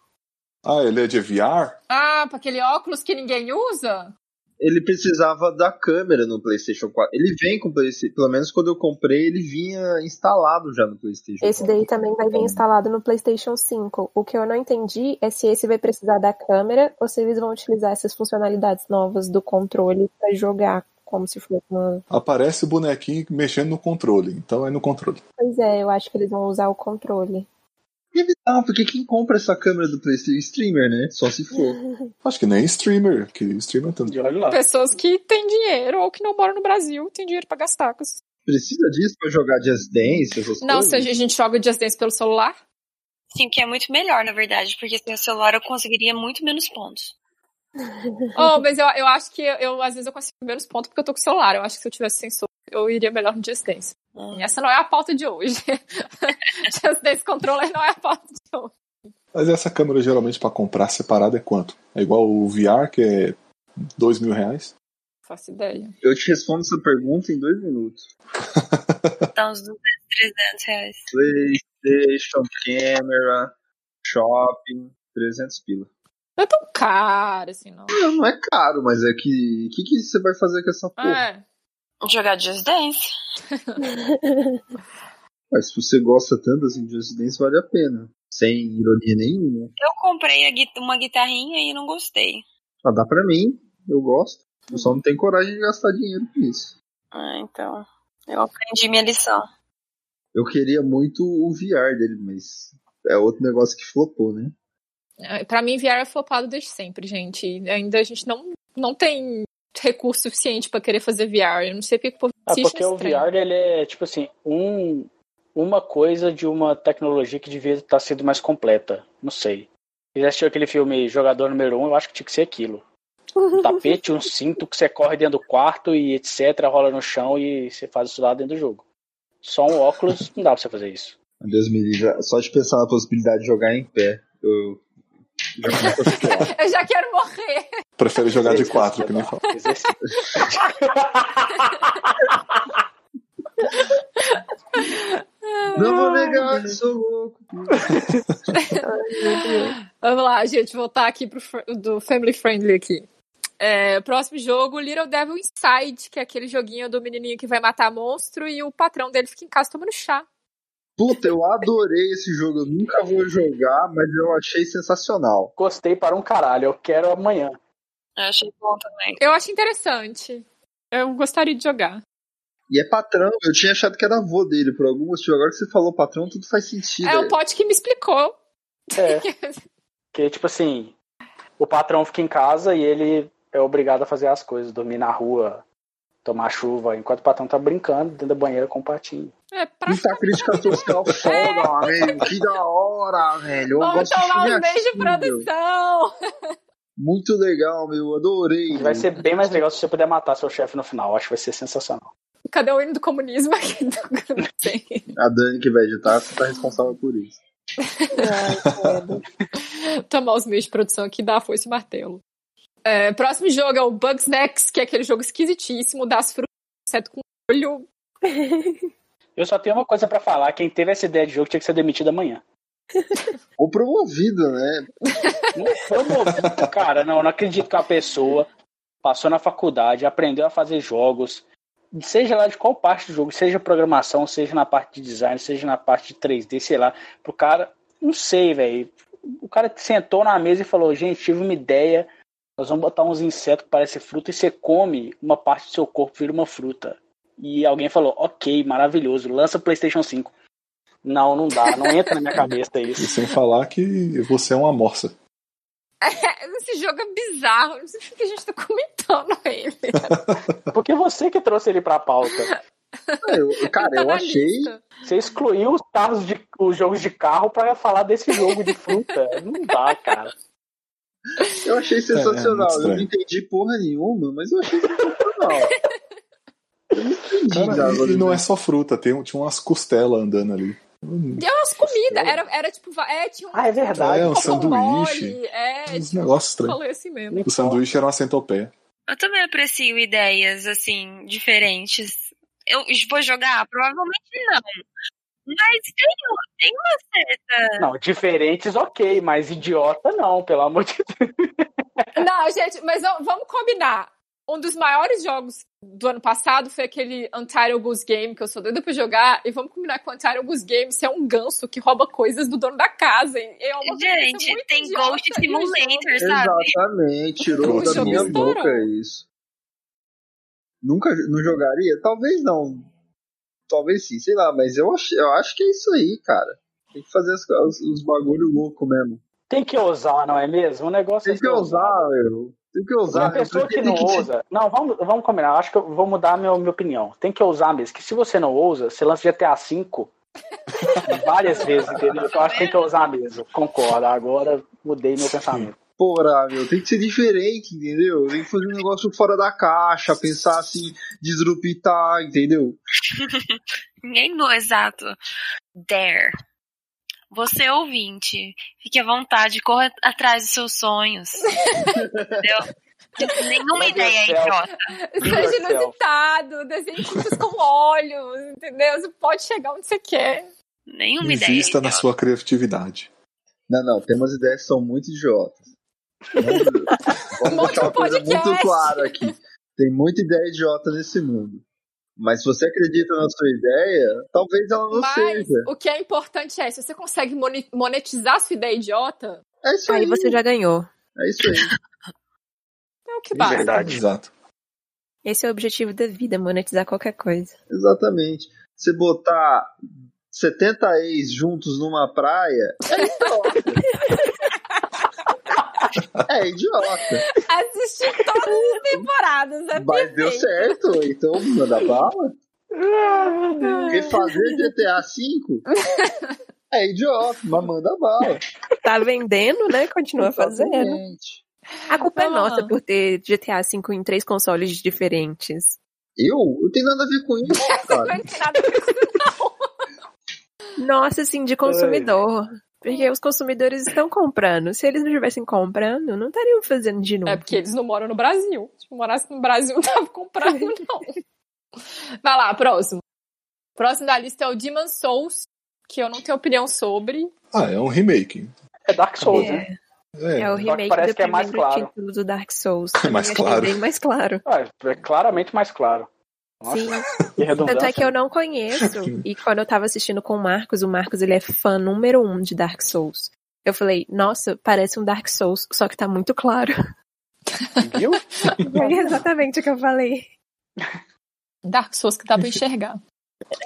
Ah, ele é de VR? Ah, pra aquele óculos que ninguém usa? Ele precisava da câmera no PlayStation 4. Ele vem com o PlayStation. Pelo menos quando eu comprei, ele vinha instalado já no PlayStation Esse 4. daí também vai vir instalado no PlayStation 5. O que eu não entendi é se esse vai precisar da câmera ou se eles vão utilizar essas funcionalidades novas do controle pra jogar como se fosse uma. Aparece o bonequinho mexendo no controle. Então é no controle. Pois é, eu acho que eles vão usar o controle. Inevitável, porque quem compra essa câmera do PlayStation? Streamer, né? Só se for. Acho que nem streamer, que streamer tanto. E olha lá. Pessoas que têm dinheiro ou que não moram no Brasil, têm dinheiro pra gastar com isso. Precisa disso pra jogar Just Dance, essas Não, coisas? se a gente joga o Just Dance pelo celular, Sim, que é muito melhor, na verdade, porque sem o celular eu conseguiria muito menos pontos. Oh, mas eu, eu acho que eu, eu, às vezes eu consigo menos pontos porque eu tô com o celular. Eu acho que se eu tivesse sensor, eu iria melhor no Just Dance. Hum. E essa não é a pauta de hoje. Just Dance Controller não é a pauta de hoje. Mas essa câmera geralmente pra comprar separada é quanto? É igual o VR, que é dois mil reais? Não Faço ideia. Eu te respondo essa pergunta em dois minutos. Dá Tá uns 200, 300 reais. PlayStation, câmera, shopping, 300 pila. Não é tão caro assim, não. Não, não é caro, mas é que. O que, que você vai fazer com essa porra? É. Jogar Just Dance. Mas se você gosta tanto assim de Just Dance, vale a pena. Sem ironia nenhuma. Eu comprei a gui- uma guitarrinha e não gostei. Ah, dá pra mim, eu gosto. Eu só não tenho coragem de gastar dinheiro com isso. Ah, então. Eu aprendi minha lição. Eu queria muito o VR dele, mas é outro negócio que flopou, né? É, Pra mim, VR é flopado desde sempre, gente. E Ainda a gente não, não tem recurso suficiente pra querer fazer VR. Eu não sei É porque o povo Ah, insiste porque nesse o trem. VR ele é tipo assim, um, uma coisa de uma tecnologia que devia estar sendo mais completa. Não sei. Você já assistiu aquele filme Jogador Número 1, eu acho que tinha que ser aquilo. Um tapete, um cinto que você corre dentro do quarto e etc, rola no chão e você faz isso lá dentro do jogo. Só um óculos não dá pra você fazer isso. Deus me livre. Só de pensar na possibilidade de jogar em pé, eu já começo a suar. Eu já quero morrer. Prefere jogar de Exercício, quatro, que nem tá? fala. Exercício. Não vou negar que sou louco. Vamos lá, gente, voltar aqui pro fr- do Family Friendly aqui. É, próximo jogo, Little Devil Inside, que é aquele joguinho do menininho que vai matar monstro e o patrão dele fica em casa tomando chá. Puta, eu adorei esse jogo. Eu nunca vou jogar, mas eu achei sensacional. Gostei para um caralho, eu quero amanhã. Eu achei bom também. Eu acho interessante. Eu gostaria de jogar. E é patrão. Eu tinha achado que era avô dele por algum motivo. Agora que você falou patrão, tudo faz sentido. É o pote que me explicou. É. Que tipo assim, o patrão fica em casa e ele é obrigado a fazer as coisas, dormir na rua, tomar chuva, enquanto o patrão tá brincando dentro da banheira com o patinho. É pra... Puta crítica social foda, velho. Que da hora, velho. Eu É. Vamos gosto de tomar um filme uns beijos de assim, meu. produção! Muito legal, meu. Adorei. Que vai meu. ser bem mais legal se você puder matar seu chefe no final. Acho que vai ser sensacional. Cadê o hino do comunismo aqui? Não sei. A Dani que vai editar, você tá responsável por isso. Ai, credo. tomar os meios de produção aqui da foice e martelo. É, próximo jogo é o Bugs Next, que é aquele jogo esquisitíssimo das frutas inseto com olho. Eu só tenho uma coisa pra falar: quem teve essa ideia de jogo tinha que ser demitido amanhã. Ou promovido, né? Não foi movido, cara. Não, não acredito que uma pessoa passou na faculdade, aprendeu a fazer jogos, seja lá de qual parte do jogo, seja programação, seja na parte de design, seja na parte de 3D, sei lá, pro cara, não sei, velho. O cara sentou na mesa e falou: "Gente, tive uma ideia. Nós vamos botar uns insetos que parecem fruta e você come, uma parte do seu corpo vira uma fruta". E alguém falou: "OK, maravilhoso. Lança o PlayStation 5". Não, não dá, não entra na minha cabeça E isso. sem falar que você é uma morsa. Esse jogo é bizarro, não sei o que a gente tá comentando ele. Porque você que trouxe ele pra pauta. Ah, eu- cara, Ele tá eu na achei. lista. Você excluiu os carros de os jogos de carro pra falar desse jogo de fruta. Não dá, cara. Eu achei sensacional. É, muito eu não estranho. entendi porra nenhuma, mas eu achei sensacional. Eu não entendi Cara, nada e, e do não é jogo. só fruta, tem, um- tinha umas costelas andando ali. Hum, E é umas comidas, era, era tipo, va- é, tinha um Ah, é verdade. É, um cocô sanduíche. mole, é, Uns tipo, negócios estranhos. falei assim mesmo. um O sanduíche era uma centopeia. Eu também aprecio ideias, assim, diferentes. Eu vou jogar? Provavelmente não. Mas tem, tem uma certa. Não, diferentes, ok, mas idiota não, pelo amor de Deus. Não, gente, mas vamos vamos combinar. Um dos maiores jogos do ano passado foi aquele Ontario Goose Game, que eu sou doida pra jogar. E vamos combinar que o Ontario Goose Game você é um ganso que rouba coisas do dono da casa. hein? É uma coisa Gente, muito tem idiota, Ghost e o jogo- Simulator, sabe? Exatamente, tirou O da jogo minha estourou. boca isso. Nunca não jogaria? Talvez não. Talvez sim, sei lá, mas eu acho, eu acho que é isso aí, cara. Tem que fazer as, co- os, os bagulho louco mesmo. Tem que ousar, não é mesmo? O negócio Tem é que ser ousado. ousar, meu. Tem que E a ousar, meu. pessoa que Porque não tem que te- ousa. Não, vamos, vamos combinar. Acho que eu vou mudar a minha, minha opinião. Tem que ousar mesmo. Que se você não ousa, você lança GTA V várias vezes, entendeu? Então, eu acho que tem que ousar mesmo. Concordo. Agora mudei meu pensamento. Porra, meu, tem que ser diferente, entendeu? Tem que fazer um negócio fora da caixa, pensar assim, disruptar, entendeu? Ninguém no exato. There. Você é ouvinte, fique à vontade, corra atrás dos seus sonhos. Entendeu? Nenhuma Meu ideia é Deus do céu. idiota. Seja Meu Deus. Tá inusitado, desenhe frutas com olhos, entendeu? Você pode chegar onde você quer. Nenhuma ideia é Invista na então. idiota. sua criatividade. Não, não, tem umas ideias que são muito idiotas. Vamos Monte deixar um uma coisa podcast. muito clara aqui. Tem muita ideia idiota nesse mundo. Mas se você acredita na sua ideia, talvez ela não Mas seja. o que é importante é, se você consegue moni- monetizar a sua ideia idiota, É isso aí. Aí você já ganhou. É isso aí. é o que Isso é basta. verdade. Exato. Esse é o objetivo da vida, monetizar qualquer coisa. Exatamente. Você botar 70 ex juntos numa praia, é idiota. É idiota. Assisti todas as temporadas. É Mas deu perfeito. certo, então manda bala. Refazer GTA V é idiota, mas manda bala. Tá vendendo, né? Tá Continua fazendo. Exatamente. A culpa é Ah. nossa por ter GTA V em três consoles diferentes. Eu? Eu tenho nada a ver com isso, cara. Não tem nada a ver com isso. Nossa, assim, de consumidor. É. Porque os consumidores estão comprando. Se eles não estivessem comprando, não estariam fazendo de novo. É porque eles não moram no Brasil. Se morasse no Brasil, não tava comprando, não. Vai lá, próximo. Próximo da lista é o Demon Souls, que eu não tenho opinião sobre. Ah, é um remake. É Dark Souls, É. né? É, É o que remake parece do que é mais primeiro claro. título do Dark Souls. mais Também achei claro. Bem mais claro. Ah, é claramente mais claro. Nossa, Sim. que redundância. Tanto é que eu não conheço. E quando eu tava assistindo com o Marcos, o Marcos ele é fã número um de Dark Souls. Eu falei, nossa, parece um Dark Souls, só que tá muito claro. Viu? Foi exatamente o que eu falei. Dark Souls que dá pra enxergar.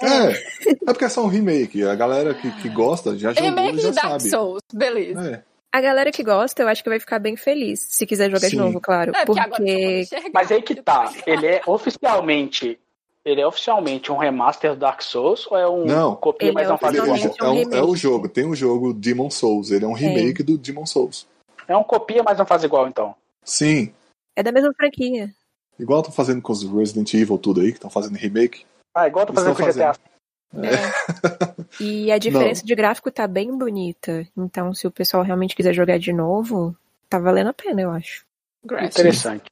É, é porque é só um remake. A galera que, que gosta já jogou Remake e já de é Dark sabe. Souls, beleza. É. A galera que gosta, eu acho que vai ficar bem feliz. Se quiser jogar de Sim. novo, claro. É, porque agora eu vou porque enxergar. Mas aí que tá. Ele é oficialmente. Ele é oficialmente um remaster do Dark Souls ou é um Não. copia Ele mais é não faz Ele- igual? oficialmente- é, um- é o remake. jogo, tem o jogo Demon Souls, ele é um remake do Demon Souls. É um copia mas não faz igual então. Sim, é da mesma franquia. igual estão fazendo com os Resident Evil tudo aí, que estão fazendo remake. Ah, igual eu tô Eles fazendo com o estão GTA. E a diferença de gráfico tá bem bonita. Então, se o pessoal realmente quiser jogar de novo, tá valendo a pena, eu acho. Gretchen. Interessante.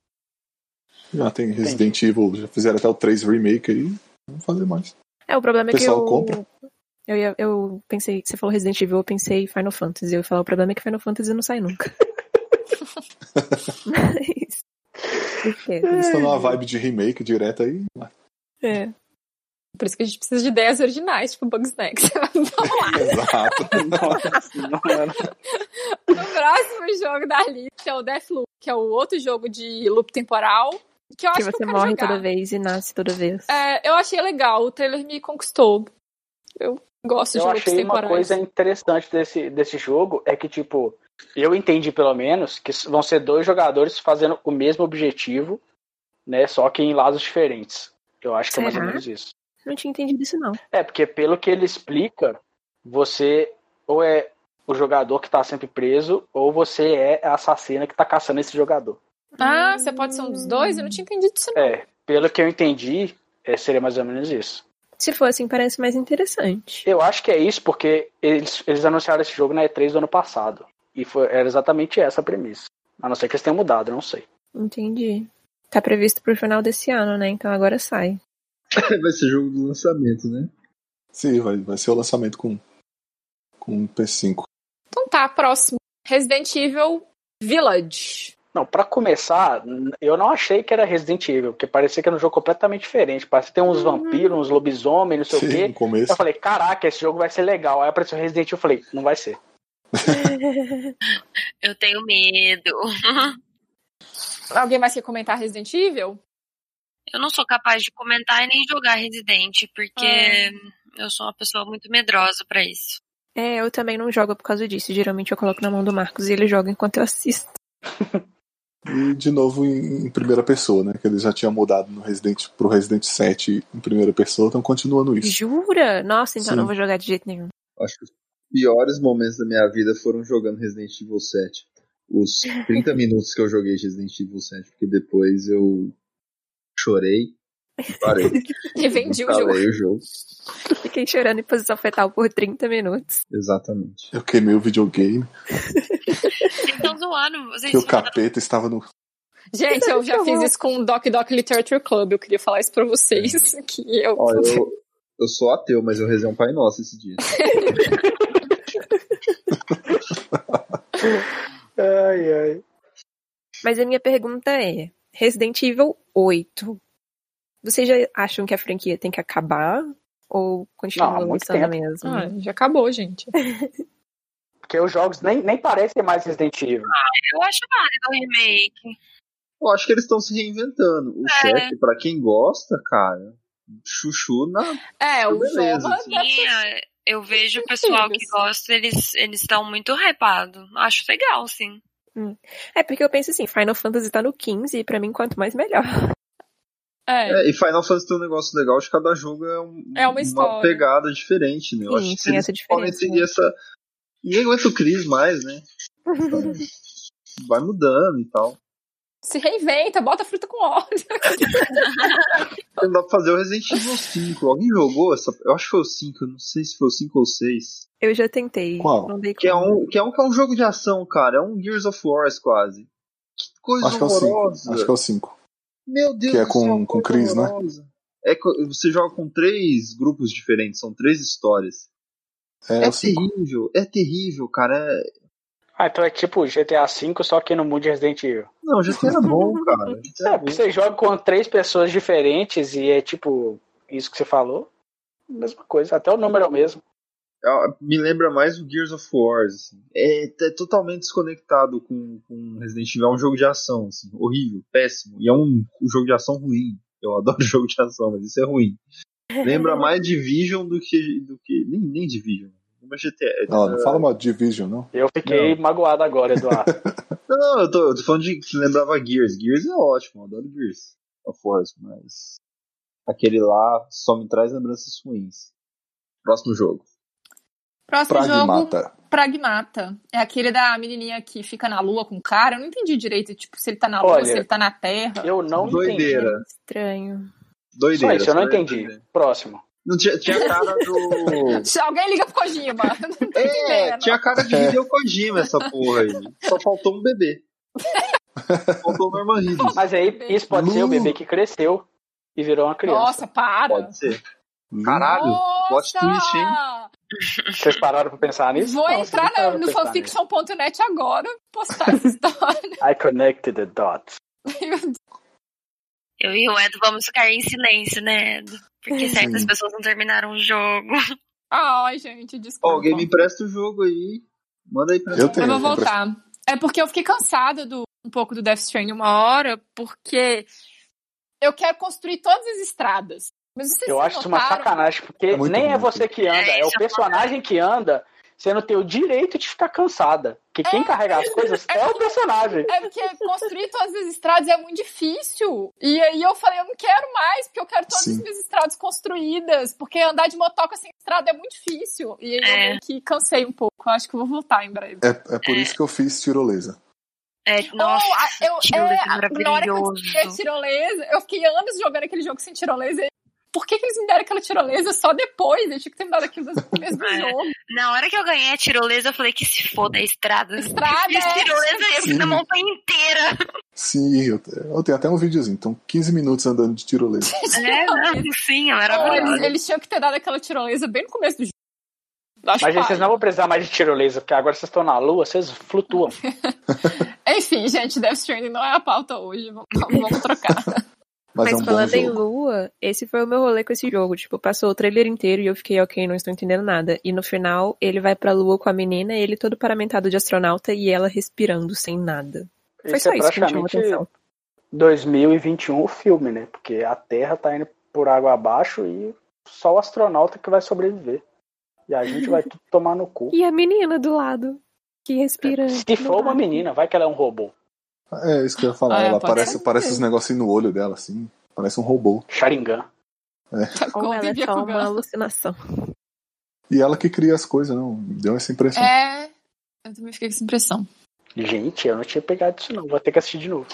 Já tem Resident Evil, já fizeram até o 3 remake aí. Vamos fazer mais. É, o problema O é que pessoal eu. compra? Eu, ia- eu pensei, você falou Resident Evil, eu pensei Final Fantasy. Eu ia falar, o problema é que Final Fantasy não sai nunca. Mas. esquece. Eles estão numa vibe de remake direto aí. É. Por isso que a gente precisa de ideias originais, tipo Bugsnax. Exato. Nossa senhora. O próximo jogo da lista é o Deathloop, que é o outro jogo de loop temporal. Que eu acho Que que você eu quero morre jogar. toda vez e nasce toda vez. É, eu achei legal, o trailer me conquistou. Eu gosto de é Eu loops achei uma temporais. coisa interessante desse, desse jogo é que, tipo, eu entendi pelo menos que vão ser dois jogadores fazendo o mesmo objetivo, né? Só que em lados diferentes. Eu acho que é mais ou Será? menos isso. Não tinha entendido isso, não. É, porque pelo que ele explica, você ou é o jogador que tá sempre preso, ou você é a assassina que tá caçando esse jogador. Ah, você pode ser um dos dois? Eu não tinha entendido isso não. É, pelo que eu entendi, é, seria mais ou menos isso. Se for assim, parece mais interessante. Eu acho que é isso porque eles, eles anunciaram esse jogo na E3 do ano passado. E foi, era exatamente essa a premissa. A não ser que eles tenham mudado, eu não sei. Entendi. Tá previsto pro final desse ano, né? Então agora sai. Vai ser jogo do lançamento, né? Sim, vai, vai ser o lançamento com, com o PS5. Então tá, próximo. Resident Evil Village. Não, pra começar, n- eu não achei que era Resident Evil, porque parecia que era um jogo completamente diferente. Parecia que tem uns vampiros, uns lobisomens, não sei Sim, o quê. no começo. Eu falei, caraca, esse jogo vai ser legal. Aí apareceu Resident Evil, eu falei, não vai ser. Eu tenho medo. Alguém mais quer comentar Resident Evil? Eu não sou capaz de comentar e nem jogar Resident, porque eu sou uma pessoa muito medrosa pra isso. É, eu também não jogo por causa disso. Geralmente eu coloco na mão do Marcos e ele joga enquanto eu assisto. E de novo em, em primeira pessoa, né? Que eles já tinham mudado no Resident, pro Resident 7 em primeira pessoa, estão continuando isso. Jura? Nossa, então eu Sim. não vou jogar de jeito nenhum. Acho que os piores momentos da minha vida foram jogando Resident Evil 7. Os 30 minutos que eu joguei Resident Evil 7, porque depois eu chorei. e Parei. E vendi o jogo. Instalei o jogo. Fiquei chorando em posição fetal por 30 minutos. Exatamente. Eu queimei o videogame, Vocês estão zoando. Vocês que o capeta estava no. Gente, eu já fiz isso com o Doc Doc Literature Club. Eu queria falar isso pra vocês. Que eu... Ó, eu, eu sou ateu, mas eu rezei um Pai Nosso esse dia. Ai, ai. Mas a minha pergunta é: Resident Evil 8. Vocês já acham que a franquia tem que acabar? Ou continua Não, há muito lançando tempo. mesmo? Ah, já acabou, gente. Porque os jogos nem, nem parecem mais Resident Evil. Eu acho válido o remake. Eu acho que eles estão se reinventando. O chefe, pra quem gosta, cara, chuchu na. É, o Beleza, Zoma... sim. Sim, é, eu vejo o pessoal que Filhos. gosta, eles eles estão muito hypados. Acho legal, sim. É porque eu penso assim, Final Fantasy tá no 15 e pra mim quanto mais melhor. É, É, e Final Fantasy tem um negócio legal de cada jogo é, um- É uma história. pegada diferente, né? Sim, Eu acho que se tem eles essa podem diferença, seguir né? essa. Ninguém aguenta o é Chris mais, né? Então, vai mudando e tal. se reinventa, bota fruta com óleo. Não dá pra fazer o Resident Evil 5. Alguém jogou essa. Eu acho que foi o 5, eu não sei se foi o 5 ou 6. Eu já tentei. Qual? Não dei Que é, conta. um, que é um que é um jogo de ação, cara. É um Gears of War quase. Que coisa Acho que é o 5. horrorosa. Acho que é o 5. Meu Deus Que é do céu, com- com coisa Chris, né? horrorosa. É, co- você joga com três grupos diferentes, são três histórias. É, É, o 5. terrível, é terrível, cara. É- Ah, então é tipo GTA V, só que no mundo de Resident Evil. Não, GTA era bom, cara. GTA É, era bom. porque você joga com três pessoas diferentes e é tipo isso que você falou. Mesma coisa, até o número é o mesmo. É, Me lembra mais o Gears of War. assim. É, é totalmente desconectado com, com Resident Evil. É um jogo de ação, assim, horrível, péssimo. E é um, um jogo de ação ruim. Eu adoro jogo de ação, mas isso é ruim. Lembra mais Division do que. Do que nem, nem Division. Lembra GTA. né? Não, não fala mal de Division, não. Eu fiquei magoado agora, Eduardo. Não, não, eu tô, eu tô falando de que lembrava Gears. Gears é ótimo, eu adoro Gears of War, mas aquele lá só me traz lembranças ruins. Próximo jogo. Próximo jogo, Pragmata. Pragmata. É aquele da menininha que fica na lua com o cara. Eu não entendi direito, tipo, se ele tá na lua, Olha, se ele tá na terra. Eu não entendi. Doideira, Estranho. Só doideira. isso, eu não doideira, entendi. doideira. Próximo. Não tinha, tinha a cara do. Se Alguém liga pro Kojima. Eu não tô É, entendendo. tinha a cara de É. Hideo Kojima essa porra aí. Só faltou um bebê. Faltou o Norman Reedus. Mas aí, isso pode ser o Lu. bebê que cresceu e virou uma criança. Nossa, para. Pode ser. Hum. Caralho, plot twist, hein? Nossa! Vocês pararam pra pensar nisso? Vou Não, vocês entrar não na- pararam no pra pensar né? nisso. fanfiction.net agora postar essa história. I connected the dots. Eu e o Edo vamos ficar em silêncio, né, Edo? Porque certas Sim. pessoas não terminaram o jogo. Ai, gente, Ó, desculpa. alguém me empresta o jogo aí. Manda aí pra Eu mim. Eu tenho. vou voltar. É porque eu fiquei cansada do, um pouco do Death Stranding uma hora, porque eu quero construir todas as estradas. Mas vocês Eu acho isso uma notaram- sacanagem, porque É muito nem é ruim, você que anda, É, é o isso é personagem que anda. Você não tem o direito de ficar cansada. Porque quem carrega as coisas é o personagem. É porque construir todas as estradas é muito difícil. E aí eu falei, eu não quero mais, porque eu quero todas as Sim. minhas estradas construídas. Porque andar de motoca sem estrada é muito difícil. E aí eu É. meio que cansei um pouco. Eu acho que eu vou voltar em breve. É, é por isso que eu fiz tirolesa. É, nossa, Oh, eu, tiro é, é na hora que eu tirei maravilhoso. tirolesa, eu fiquei anos jogando aquele jogo sem tirolesa. E Por que, que eles me deram aquela tirolesa só depois? Eu tinha que ter me dado aquilo no começo do É. jogo. Na hora que eu ganhei a tirolesa, eu falei que se foda a estrada. Estrada, Fiz é. tirolesa e eu fiz a Sim. montanha inteira. Sim, eu, eu tenho até um videozinho. Então, 15 minutos andando de tirolesa. É, não, sim, é Não, maravilhoso. eles, eles tinham que ter dado aquela tirolesa bem no começo do jogo. Eu Acho Mas gente, vocês paia. não vão precisar mais de tirolesa, porque agora vocês estão na lua, vocês flutuam. Enfim, gente, Death Stranding não é a pauta hoje. Vamos, vamos trocar. Mas Mas, é um bom falando em jogo. lua, esse foi o meu rolê com esse jogo. Tipo, passou o trailer inteiro e eu fiquei, ok, não estou entendendo nada. E no final, ele vai pra lua com a menina, ele todo paramentado de astronauta e ela respirando sem nada. Foi Isso só é isso que me chamou a praticamente atenção. 2021 o filme, né? Porque a Terra tá indo por água abaixo e só o astronauta que vai sobreviver. E a gente vai tudo tomar no cu. E a menina do lado, que respira. É, Se for uma menina, vai que ela é um robô. É isso que eu ia falar. Ah, é, ela pode parece, ser. parece os negocinhos no olho dela, assim. Parece um robô. Sharingan. Ou ela é Convivia só com o uma Gun. alucinação. E ela que cria as coisas, não. Deu essa impressão. É. Eu também fiquei com essa impressão. Gente, eu não tinha pegado isso não. Vou ter que assistir de novo.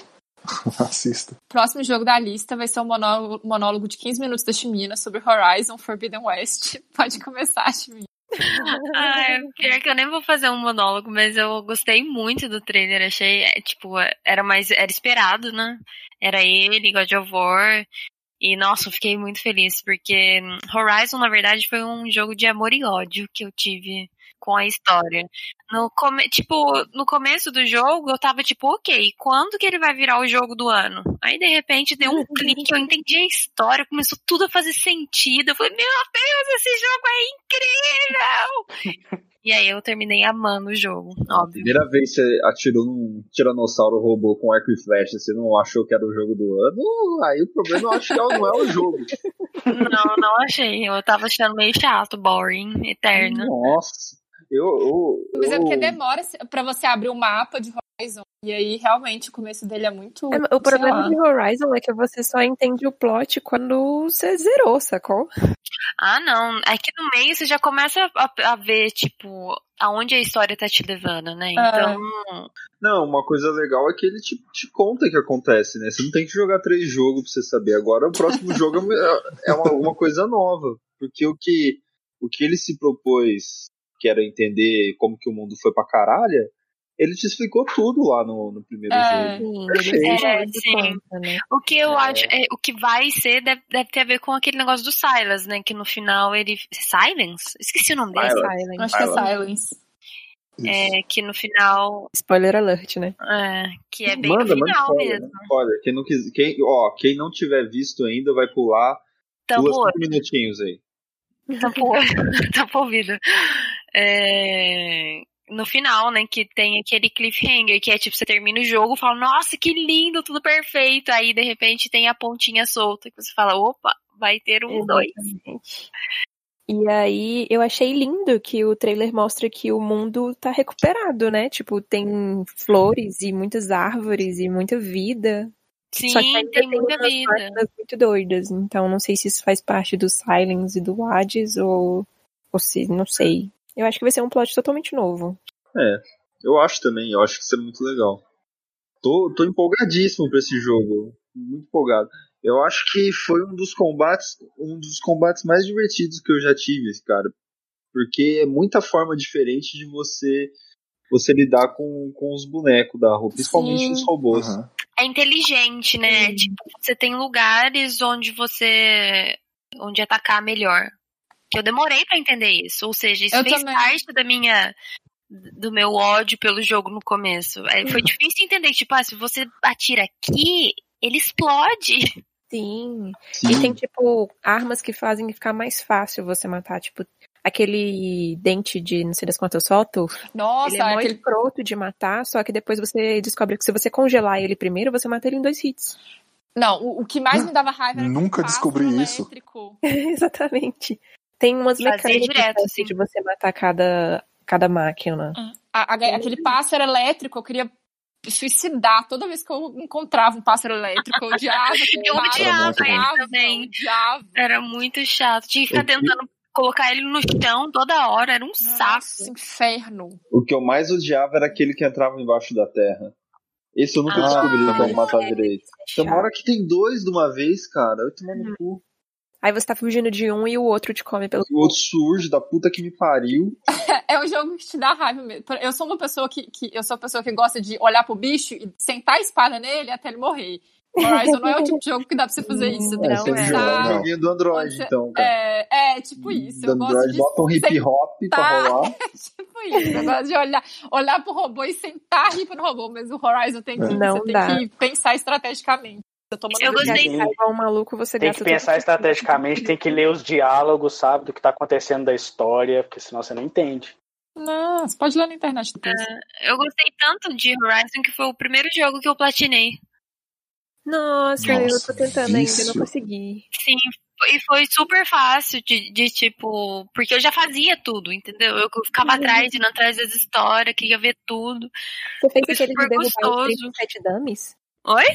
Assista. Próximo jogo da lista vai ser o monó- monólogo de 15 minutos da Chimina sobre Horizon Forbidden West. Pode começar, Chimina. Ah, é pior que eu nem vou fazer um monólogo, mas eu gostei muito do trailer, achei, é, tipo, é, era mais, era esperado, né? Era ele, God of War, e nossa, eu fiquei muito feliz, porque hum, Horizon, na verdade, foi um jogo de amor e ódio que eu tive com a história. No come, tipo, no começo do jogo, eu tava tipo, ok, quando que ele vai virar o jogo do ano? Aí, de repente, deu um clique, eu entendi a história, começou tudo a fazer sentido, eu falei, meu Deus, esse jogo é incrível! E aí eu terminei amando o jogo, óbvio. Primeira vez que você atirou num tiranossauro robô com arco e flecha, você não achou que era o jogo do ano, aí o problema eu acho que não é o jogo. Não, não achei. Eu tava achando meio chato, boring, eterno. Nossa, eu. eu, Mas é porque eu- demora se- pra você abrir o mapa de Horizon. E aí, realmente, o começo dele é muito. É, o sei problema lá. de Horizon é que você só entende o plot quando você zerou, sacou? Ah, não. Aqui no meio você já começa a, a ver, tipo, aonde a história tá te levando, né? Então, Não, uma coisa legal é que ele te, te conta o que acontece, né? Você não tem que jogar três jogos pra você saber. Agora o próximo jogo é uma- é uma, uma coisa nova. Porque o que, o que ele se propôs, que era entender como que o mundo foi pra caralho, ele te explicou tudo lá no, no primeiro É. jogo. Sim, Perfeito. ele É, entende sim. conta, né? o que eu É. acho, é, o que vai ser deve, deve ter a ver com aquele negócio do Silas, né? Que no final ele. Silence? Esqueci o nome dele. Silas. Silent. Acho que é Island. Silence. Isso. É, que no final. Spoiler alert, né? É, que é bem Manda, no manda final spoiler, mesmo. manda spoiler. Quem não, quis, quem, ó, quem não tiver visto ainda vai pular Tampa pula o cinco minutinhos aí. tampa o olho, tampa o Tá ouvido. É, no final, né, que tem aquele cliffhanger, que é tipo, você termina o jogo, fala, nossa, que lindo, tudo perfeito. Aí, de repente, tem a pontinha solta, que você fala, opa, vai ter um dois. Exatamente. E aí, eu achei lindo que o trailer mostra que o mundo tá recuperado, né? Tipo, tem flores e muitas árvores e muita vida. Só que Sim, ainda tem muita umas vida. máquinas muito doidas. Então, não sei se isso faz parte do Silence e do Hades ou, ou se, não sei. Eu acho que vai ser um plot totalmente novo. É, eu acho também, eu acho que isso é muito legal. Tô, tô empolgadíssimo pra esse jogo, muito empolgado. Eu acho que foi um dos combates, um dos combates mais divertidos que eu já tive, cara. Porque é muita forma diferente de você você lidar com, com os bonecos da rua, principalmente Sim. os robôs. Aham. É inteligente, né? Tipo, você tem lugares onde você. onde atacar melhor. Que eu demorei pra entender isso. Ou seja, isso Eu fez também. parte da minha. do meu ódio pelo jogo no começo. É, Foi difícil entender. Tipo, ah, se você atira aqui, ele explode. Sim. E tem, Sim, tipo, armas que fazem ficar mais fácil você matar. Tipo, aquele dente de não sei das quantas fotos. Ele Nossa, é mó aquele escroto de matar, só que depois você descobre que se você congelar ele primeiro, você mata ele em dois hits. Não, o, o que mais me dava raiva era aquele Nunca descobri pássaro isso. elétrico. Exatamente. Tem umas Fazia mecânicas direto, dessas assim. Hum, de você matar cada, cada máquina. A- é a- aquele pássaro elétrico, eu queria suicidar toda vez que eu encontrava um pássaro elétrico. Eu odiava aquele Eu pássaro, odiava eu ele odiava, também. odiava. Era muito chato. Tinha que ficar Eu vi- tentando colocar ele no chão toda hora. Era um Nossa, saco. inferno. o que eu mais odiava era aquele que entrava embaixo da terra. Esse eu nunca Ah, descobri como também. matar direito. Então, Tem uma Chato. hora que tem dois de uma vez, cara, eu tomando no cu. Aí você tá fugindo de um e o outro te come pelo. O outro surge da puta que me pariu. É, é um jogo que te dá raiva mesmo. Eu sou uma pessoa que, que- eu sou uma pessoa que gosta de olhar pro bicho e sentar a espada nele até ele morrer. Horizon não é o tipo de jogo que dá pra você fazer isso. Você tem É, que você Não é. né? joga um pensar. Não. joguinho do Android, quando você- então, cara. É, é, tipo isso. do Eu gosto Hum, Android, de bota um hip sentar. hop pra rolar. tipo isso, eu gosto de olhar, olhar pro robô e sentar ripa no robô, mas o Horizon tem que, Não você tem dá. que pensar estrategicamente. Você tá toma Eu no Tem gostei que, Quer ler- salvar um maluco, você tem que gasta pensar todo estrategicamente, tem que ler os diálogos, sabe, do que tá acontecendo da história, porque senão você não entende. Não, você pode ler na internet depois. É. Eu gostei tanto de Horizon que foi o primeiro jogo que eu platinei. Nossa, eu tô Nossa, tentando ainda, não vício. consegui. Sim, e foi super fácil de, de, tipo. Porque eu já fazia tudo, entendeu? Eu Uhum. ficava atrás, indo atrás das histórias, queria ver tudo. Você fez Foi aquele de super derrubar os gostoso. 37 dummies? Oi?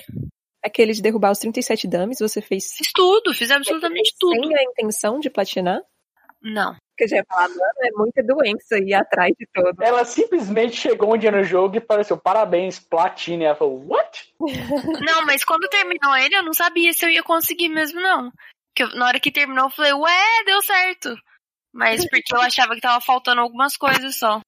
Aquele de derrubar os 37 dummies, você fez Fiz tudo, fiz absolutamente tudo. sem a intenção de platinar? Não. Porque já ia falar, mano, é muita doença ir atrás de todo. Ela simplesmente chegou um dia no jogo e pareceu, parabéns, platina. Ela falou, what? Não, mas quando terminou ele, eu não sabia se eu ia conseguir mesmo, não. Que eu- na hora que terminou, eu falei, ué, deu certo. Mas porque eu achava que tava faltando algumas coisas só.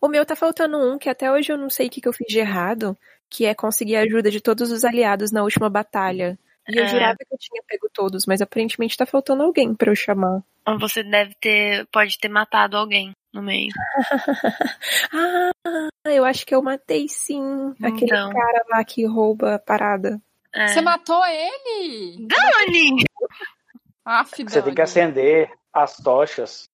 O meu tá faltando um que até hoje eu não sei o que, que eu fiz de errado, que é conseguir a ajuda de todos os aliados na última batalha. E eu É. jurava que eu tinha pego todos, mas aparentemente tá faltando alguém pra eu chamar. Então Você deve ter. Pode ter matado alguém no meio. ah, eu acho que eu matei sim aquele Então. cara lá que rouba a parada. É. Você matou ele? Ah, Dani! Aff, Você tem que Dani. acender as tochas.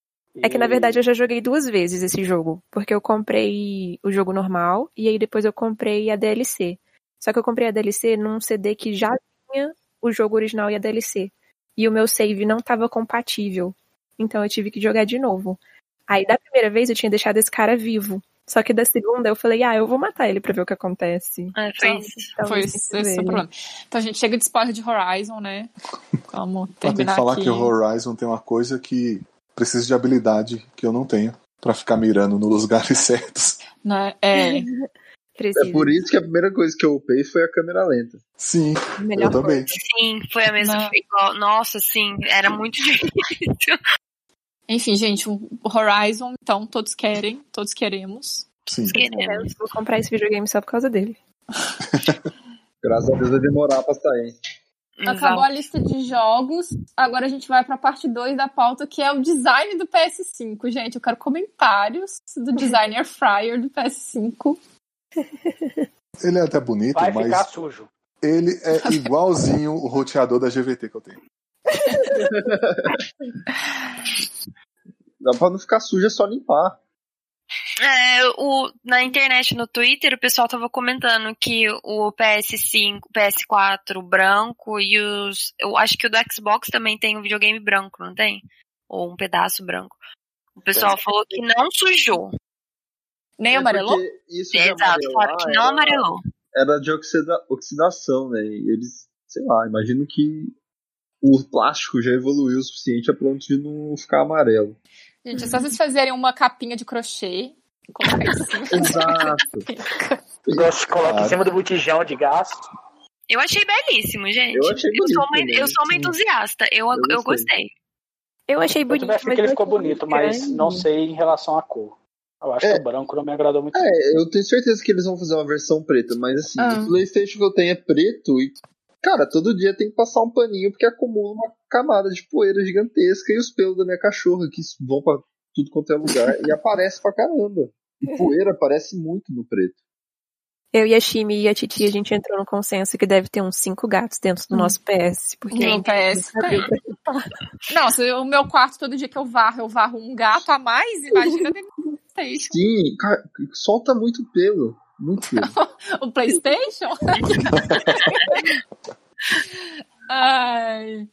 É que na e- verdade eu já joguei duas vezes esse jogo, porque eu comprei o jogo normal e aí depois eu comprei a DLC. Só que eu comprei a DLC num CD que já tinha o jogo original e a DLC. E o meu save não estava compatível. Então eu tive que jogar de novo. Aí da primeira vez eu tinha deixado esse cara vivo. Só que da segunda eu falei, ah, eu vou matar ele pra ver o que acontece. É, foi isso. Então, Foi eu esse, preciso esse ver o ele. problema. Então, gente, chega de spoiler de Horizon, né? Vamos Mas tem terminar que falar aqui. que o Horizon tem uma coisa que precisa de habilidade que eu não tenho pra ficar mirando nos lugares certos. né? É, Preciso. É por isso que a primeira coisa que eu upei foi a câmera lenta. Sim, Melhor eu também. Sim, assim, foi a mesma. Não. foi igual. Nossa, sim, era muito difícil. Enfim, gente, o Horizon, então, todos querem, todos queremos. Sim. É, Queremos. eu vou comprar esse videogame só por causa dele. Graças a Deus vai demorar pra sair. Exato. Então, Acabou a lista de jogos. Agora a gente vai pra parte 2 da pauta, que é o design do PS5. Gente, eu quero comentários do designer Fryer do PS5. Ele é até bonito, Vai mas ficar sujo. ele é igualzinho o roteador da GVT que eu tenho. Dá pra não ficar sujo, é só limpar. É, o, na internet, no Twitter, o pessoal tava comentando que o PS5, PS4 branco e os. Eu acho que o do Xbox também tem um videogame branco, não tem? Ou um pedaço branco. O pessoal falou que não sujou. É Nem amarelou? É porque Isso de Exato, falaram que não era- amarelou. Era de oxida- oxidação, né? E eles, sei lá, imagino que o plástico já evoluiu o suficiente a ponto de não ficar amarelo. Gente, é só vocês fazerem uma capinha de crochê e é colocar em cima. Exato. Gosto, coloca em Claro. cima do botijão de gás. Eu achei belíssimo, gente. Eu achei bonito sou uma, também, eu sou uma sim. entusiasta. Eu, eu, Eu gostei. gostei. Eu achei Eu bonito. também achei mas que ele eu ficou achei bonito, é muito mas grande. não sei em relação à cor. Eu acho É. que o branco não me agradou muito. É, eu tenho certeza que eles vão fazer uma versão preta, mas assim, Ah. o Playstation que eu tenho é preto e, cara, todo dia tem que passar um paninho porque acumula uma camada de poeira gigantesca e os pelos da minha cachorra que vão pra tudo quanto é lugar e aparece pra caramba. E poeira aparece muito no preto. Eu e a Shimi e a Titi, a gente entrou no consenso que deve ter uns cinco gatos dentro do Hum. nosso PS. Porque No PS tá. tem. Não, se o meu quarto, todo dia que eu varro, eu varro um gato a mais, imagina dentro do PlayStation. Sim, cara, solta muito pelo. Muito pelo. O PlayStation? Ai.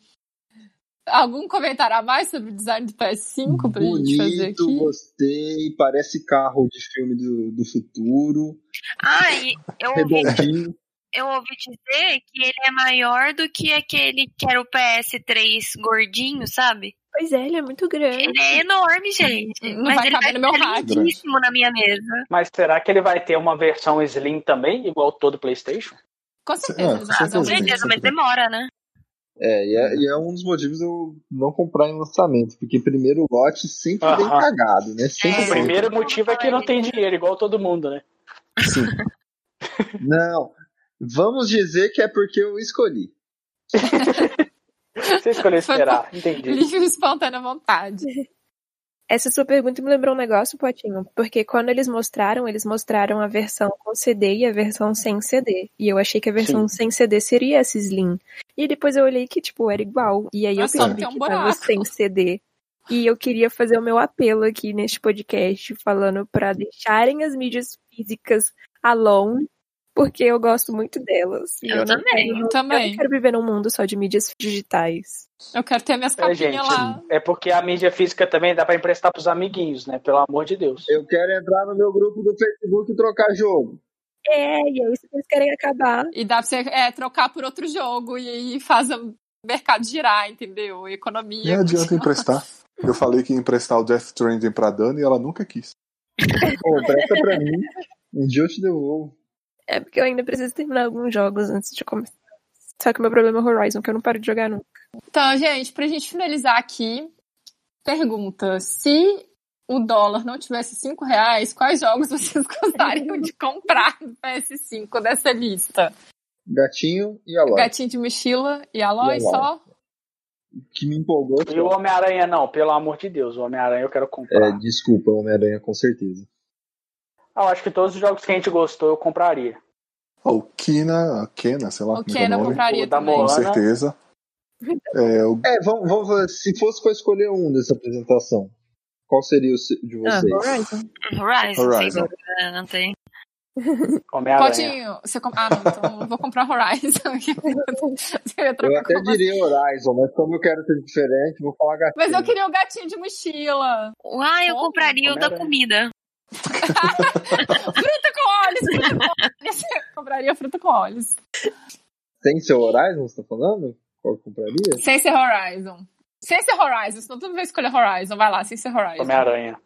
Algum comentário a mais sobre o design do PS5 pra gente fazer Bonito, é, aqui? gostei. Parece carro de filme do, do futuro. Ah, e eu ouvi, Redondinho. eu ouvi dizer que ele é maior do que aquele que era o PS3 gordinho, sabe? Pois é, ele é muito grande. Ele é enorme, gente. Não mas vai ele caber no meu ficar rádio. lindíssimo na minha mesa. Mas será que ele vai ter uma versão Slim também, igual todo PlayStation? Com certeza, É, eles com vão fazer Com um certeza vídeo. tem. certeza, mas demora, né? É e, é, e é um dos motivos de eu não comprar em lançamento, porque primeiro lote sempre vem Aham. cagado, né? Sempre É. O vem. primeiro motivo é que não tem dinheiro, igual todo mundo, né? Sim. Não, vamos dizer que é porque eu escolhi. Você escolheu Foi esperar, entendi. Livre e espontânea vontade. Essa sua pergunta me lembrou um negócio, Potinho. Porque quando eles mostraram, eles mostraram a versão com CD e a versão sem CD. E eu achei que a versão sem CD seria essa Slim. E depois eu olhei que, tipo, era igual. E aí eu É só percebi ter então um que tava buraco. sem CD. E eu queria fazer o meu apelo aqui neste podcast, falando pra deixarem as mídias físicas alone, porque eu gosto muito delas. E Eu eu, não também, quero, eu Eu também. não quero viver num mundo só de mídias digitais. Eu quero ter minhas É, capinhas gente, lá. é porque a mídia física também dá pra emprestar pros amiguinhos, né? Pelo amor de Deus. Eu quero entrar no meu grupo do Facebook e trocar jogo. É, e é isso que eles querem acabar. E dá pra você é, trocar por outro jogo e, e faz o mercado girar, entendeu? E Nem Economia. adianta emprestar. Eu falei que ia emprestar o Death Stranding pra Dani e ela nunca quis. Pô, presta pra mim, um dia eu te devolvo. É porque eu ainda preciso terminar alguns jogos antes de começar. Só que o meu problema é Horizon, que eu não paro de jogar nunca. Então, gente, pra gente finalizar aqui, pergunta: se o dólar não tivesse 5 reais, quais jogos vocês gostariam de comprar no PS5 dessa lista? Gatinho e a loja. Gatinho de mochila e Aloy E Aloy. só? Que me empolgou. E o Homem-Aranha, não, pelo amor de Deus, o Homem-Aranha eu quero É, comprar. desculpa, Homem-Aranha, com certeza. Ah, Eu acho que todos os jogos que a gente gostou eu compraria. Ó, O Kina, Kena, sei lá O como é que é o Ken eu nome. compraria O da também. Com Moana. certeza. É, o É, vamos, vamos falar, se fosse pra escolher um dessa apresentação, qual seria o se- de Ah, vocês? Horizon. Horizon, sem Horizon. dúvida, não tem. Homem-Aranha. Potinho, você comp... Ah, não, então eu vou comprar Horizon. eu ia Eu trocar até com você. é diria Horizon, mas como eu quero ser diferente, vou falar gatinho. Mas eu queria o gatinho de mochila. Ah, eu Como? compraria o da Homem-Aranha. comida. fruta com olhos! Eu compraria fruta com olhos. Tem seu Horizon, você tá falando? Qual que compraria? Sem ser Horizon. Sem ser Horizon, senão todo mundo vai escolher Horizon. Vai lá, sem ser Horizon. Homem-Aranha.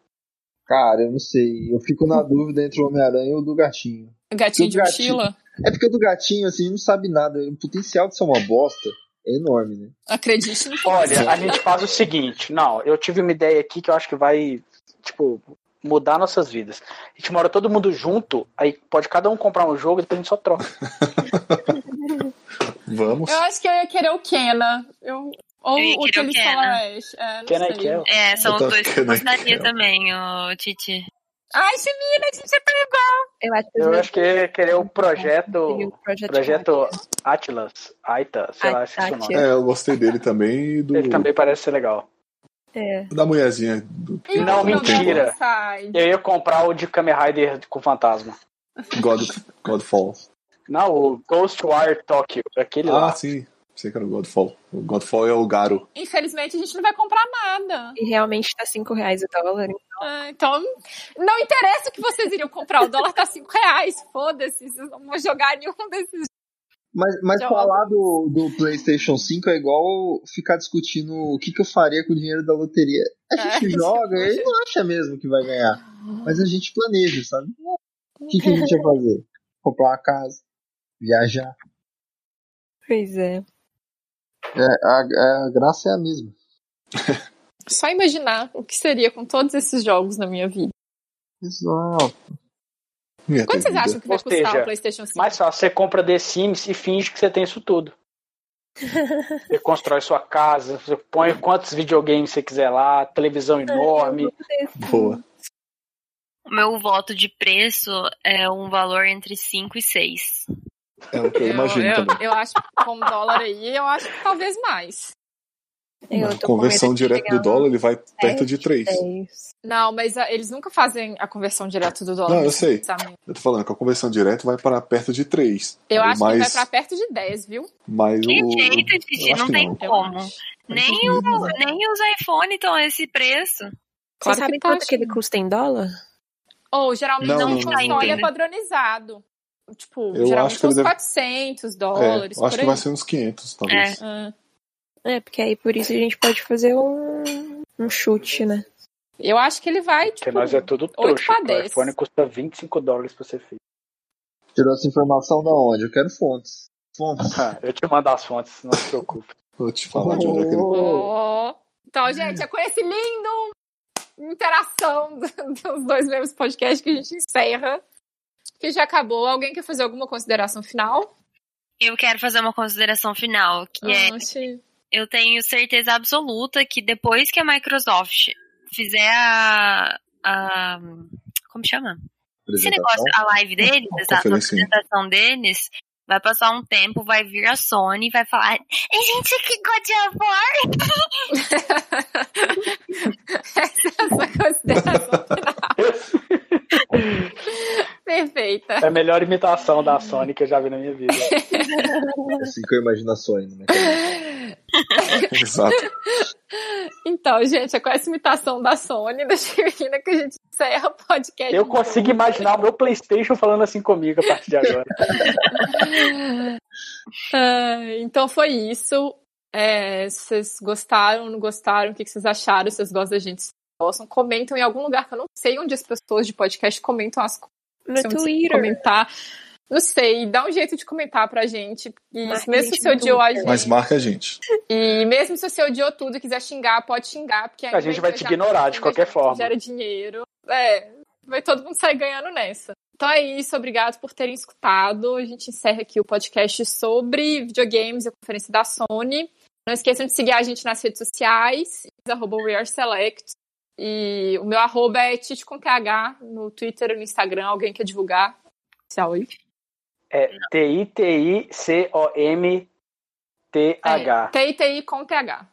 Cara, eu não sei. Eu fico na dúvida entre o Homem-Aranha e o do Gatinho. Gatinho Do de gatinho. mochila? É porque o do Gatinho, assim, não sabe nada. O potencial de ser uma bosta é enorme, né? Acredite no Olha, a gente faz o seguinte. Não, eu tive uma ideia aqui que eu acho que vai, tipo, mudar nossas vidas. A gente mora todo mundo junto, aí pode cada um comprar um jogo e depois a gente só troca. Vamos. Eu acho que eu ia querer o Kena. Eu... Ou Eu ia o querer que o eles Kena. falaram. É, não Kenai sei. Kel. É, são Eu os tava dois que eu ficando gostaria aqui, ó. também, o Titi. Ai, Chimina, a gente é pra Eu acho que os Eu meus acho que é querer seria o o projeto. Project Projeto Atlas, Aita, sei lá, esqueci o nome. Atlas. É, eu gostei dele também e do. Ele também parece ser legal. Rock. É. Da mulherzinha. Do... E o Não, Programa mentira. Inside? Eu ia comprar o de Kamen Rider com fantasma. God... Godfall. Não, o Ghostwire Tokyo, aquele Ah, lá. sim. Sei que era o Godfall. O Godfall é o Garo. Infelizmente, a gente não vai comprar nada. E realmente tá 5 reais o dólar. Ah, Então, não interessa o que vocês iriam comprar. O dólar tá 5 reais. Foda-se. Vocês não vão jogar nenhum desses. Mas, mas Jogos. falar do, do PlayStation 5 é igual ficar discutindo o que, que eu faria com o dinheiro da loteria. A gente É, joga e não acha mesmo que vai ganhar. Mas a gente planeja, sabe? O que, que a gente ia fazer? Comprar uma casa, viajar. Pois é. É, a, a graça é a mesma. Só imaginar o que seria com todos esses jogos na minha vida. Exato. Minha Quanto vocês vida. acham que vai Ou custar seja, o PlayStation 5? Mais fácil, você compra The Sims e finge que você tem isso tudo. Você constrói sua casa, você põe quantos videogames você quiser lá, televisão enorme. Boa. O meu voto de preço é um valor entre 5 e 6. É o que eu, Eu, imagino eu, também. eu acho que com o dólar aí, eu acho que talvez mais. Eu Na tô com conversão medo de direta do chegar dólar, ele vai perto de 3. 10. Não, mas ah, eles nunca fazem a conversão direto do dólar. Não, eu nesse sei. orçamento. Eu tô falando que a conversão direta vai para perto de 3. Eu acho que vai mais, pra perto de 10, viu? mais Que o. É, jeito, eu Titi, acho não que tem não. Eu como. acho. Nem, o, nem os iPhone estão esse preço. Vocês Claro que sabem tá, quanto aquele Chimina. custa em dólar? Ou geralmente Não, não, não, um não, console não. é padronizado. Tipo, Eu geralmente acho que ele uns deve- 400 É, dólares, eu por acho que aí. vai ser uns 500, talvez. Ah, É, porque aí por isso a gente pode fazer um, um chute, né? eu acho que ele vai, tipo, Porque nós é tudo pra trouxa. O 10. iPhone custa 25 dólares pra você fez. Tirou essa informação da onde? Eu quero fontes. Fontes. Eu te mando as fontes, não se preocupe. Vou te falar de onde é que ele. Ó. Então, gente, é com esse lindo interação do- dos dois mesmos podcasts que a gente encerra. Que já acabou. Alguém quer fazer alguma consideração final? Eu quero fazer uma consideração final, que é Ah, achei- eu tenho certeza absoluta que depois que a Microsoft fizer a. a- como chama? Esse negócio, Apresentação. a live deles, Uma exato, a conferencinha. apresentação deles, vai passar um tempo, vai vir a Sony e vai falar: "E, gente, que God of War! Essa é a sua consideração perfeita. É a melhor imitação da Sony que eu já vi na minha vida. Assim que eu imagino a Sony, né? Exato. Então, gente, é com essa imitação da Sony, da Chimina, que a gente encerra o podcast. Eu consigo imaginar o meu Playstation falando assim comigo a partir de agora. Ah, então foi isso. É, se vocês gostaram, não gostaram? O que que vocês acharam? Se Vocês gostam da gente? se não Gostam? Comentam em algum lugar que eu não sei onde as pessoas de podcast comentam as coisas. No onde vocês Twitter. Comentar. Não sei, dá um jeito de comentar pra gente. E Marca a mesmo gente se você no odiou a gente. Mas marca a gente. E mesmo se você odiou tudo e quiser xingar, pode xingar, porque A gente vai te ignorar de qualquer forma. um Gera dinheiro. É, vai todo mundo sair ganhando nessa. Então é isso, obrigado por terem escutado. A gente encerra aqui o podcast sobre videogames e a conferência da Sony. Não esqueçam de seguir a gente nas redes sociais, arroba We Are Select. E o meu arroba é Tite com PH no Twitter e no Instagram, alguém quer divulgar. Tchau aí. É T-I-T-I-C-O-M-T-H. É, TITI com TH.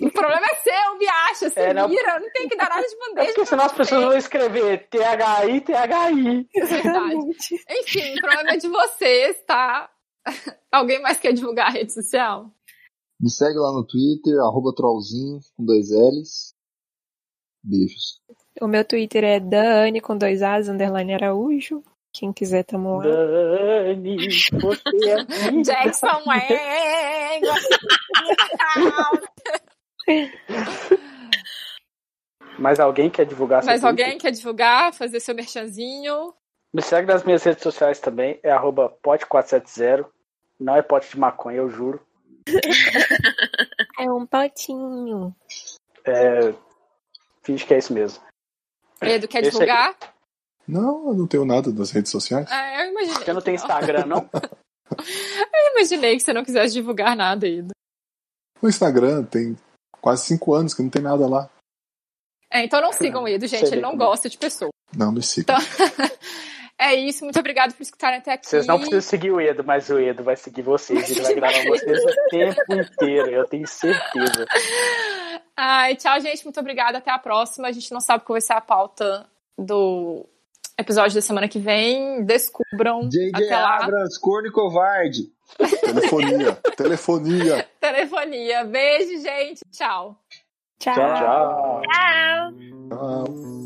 O problema é seu, me acha, se É, vira, não- não... tem que dar nada de É bandeja. porque senão as pessoas vão escrever T-H-I, T-H-I. verdade. Enfim, o problema é de vocês, tá? Alguém mais quer divulgar a rede social? Me segue lá no Twitter, arroba trollzinho, com dois L's. Beijos. O meu Twitter é Dani com dois As, underline Araújo. Quem quiser, tamo lá. Dani, você é minha. Jackson Wang! Mas alguém quer divulgar Mas seu alguém quer divulgar, fazer seu merchanzinho? Me segue nas minhas redes sociais também, é arroba pot470. Não é pote de maconha, eu juro. É um potinho. É... Finge que é isso mesmo. Edu quer Esse aí. divulgar? Não, eu não tenho nada das redes sociais. Ah, eu imaginei. Você não tem Instagram, não? Eu imaginei que você não quisesse divulgar nada, Edu. O Instagram tem quase cinco anos que não tem nada lá. É, então não sigam o Edu, gente. Sei Ele bem não como é. gosta de pessoas. Não, me siga. É isso, muito obrigado por escutarem até aqui. Vocês não precisam seguir o Edo, mas o Edo vai seguir vocês. Ele vai gravar vocês o tempo inteiro, eu tenho certeza. Ai, tchau, gente. Muito obrigada. Até a próxima. A gente não sabe qual vai ser a pauta do episódio da semana que vem. Descubram. JJ Até lá. Abrams, corno e covarde. telefonia, telefonia. Telefonia. Beijo, gente. Tchau. Tchau. Tchau! Tchau.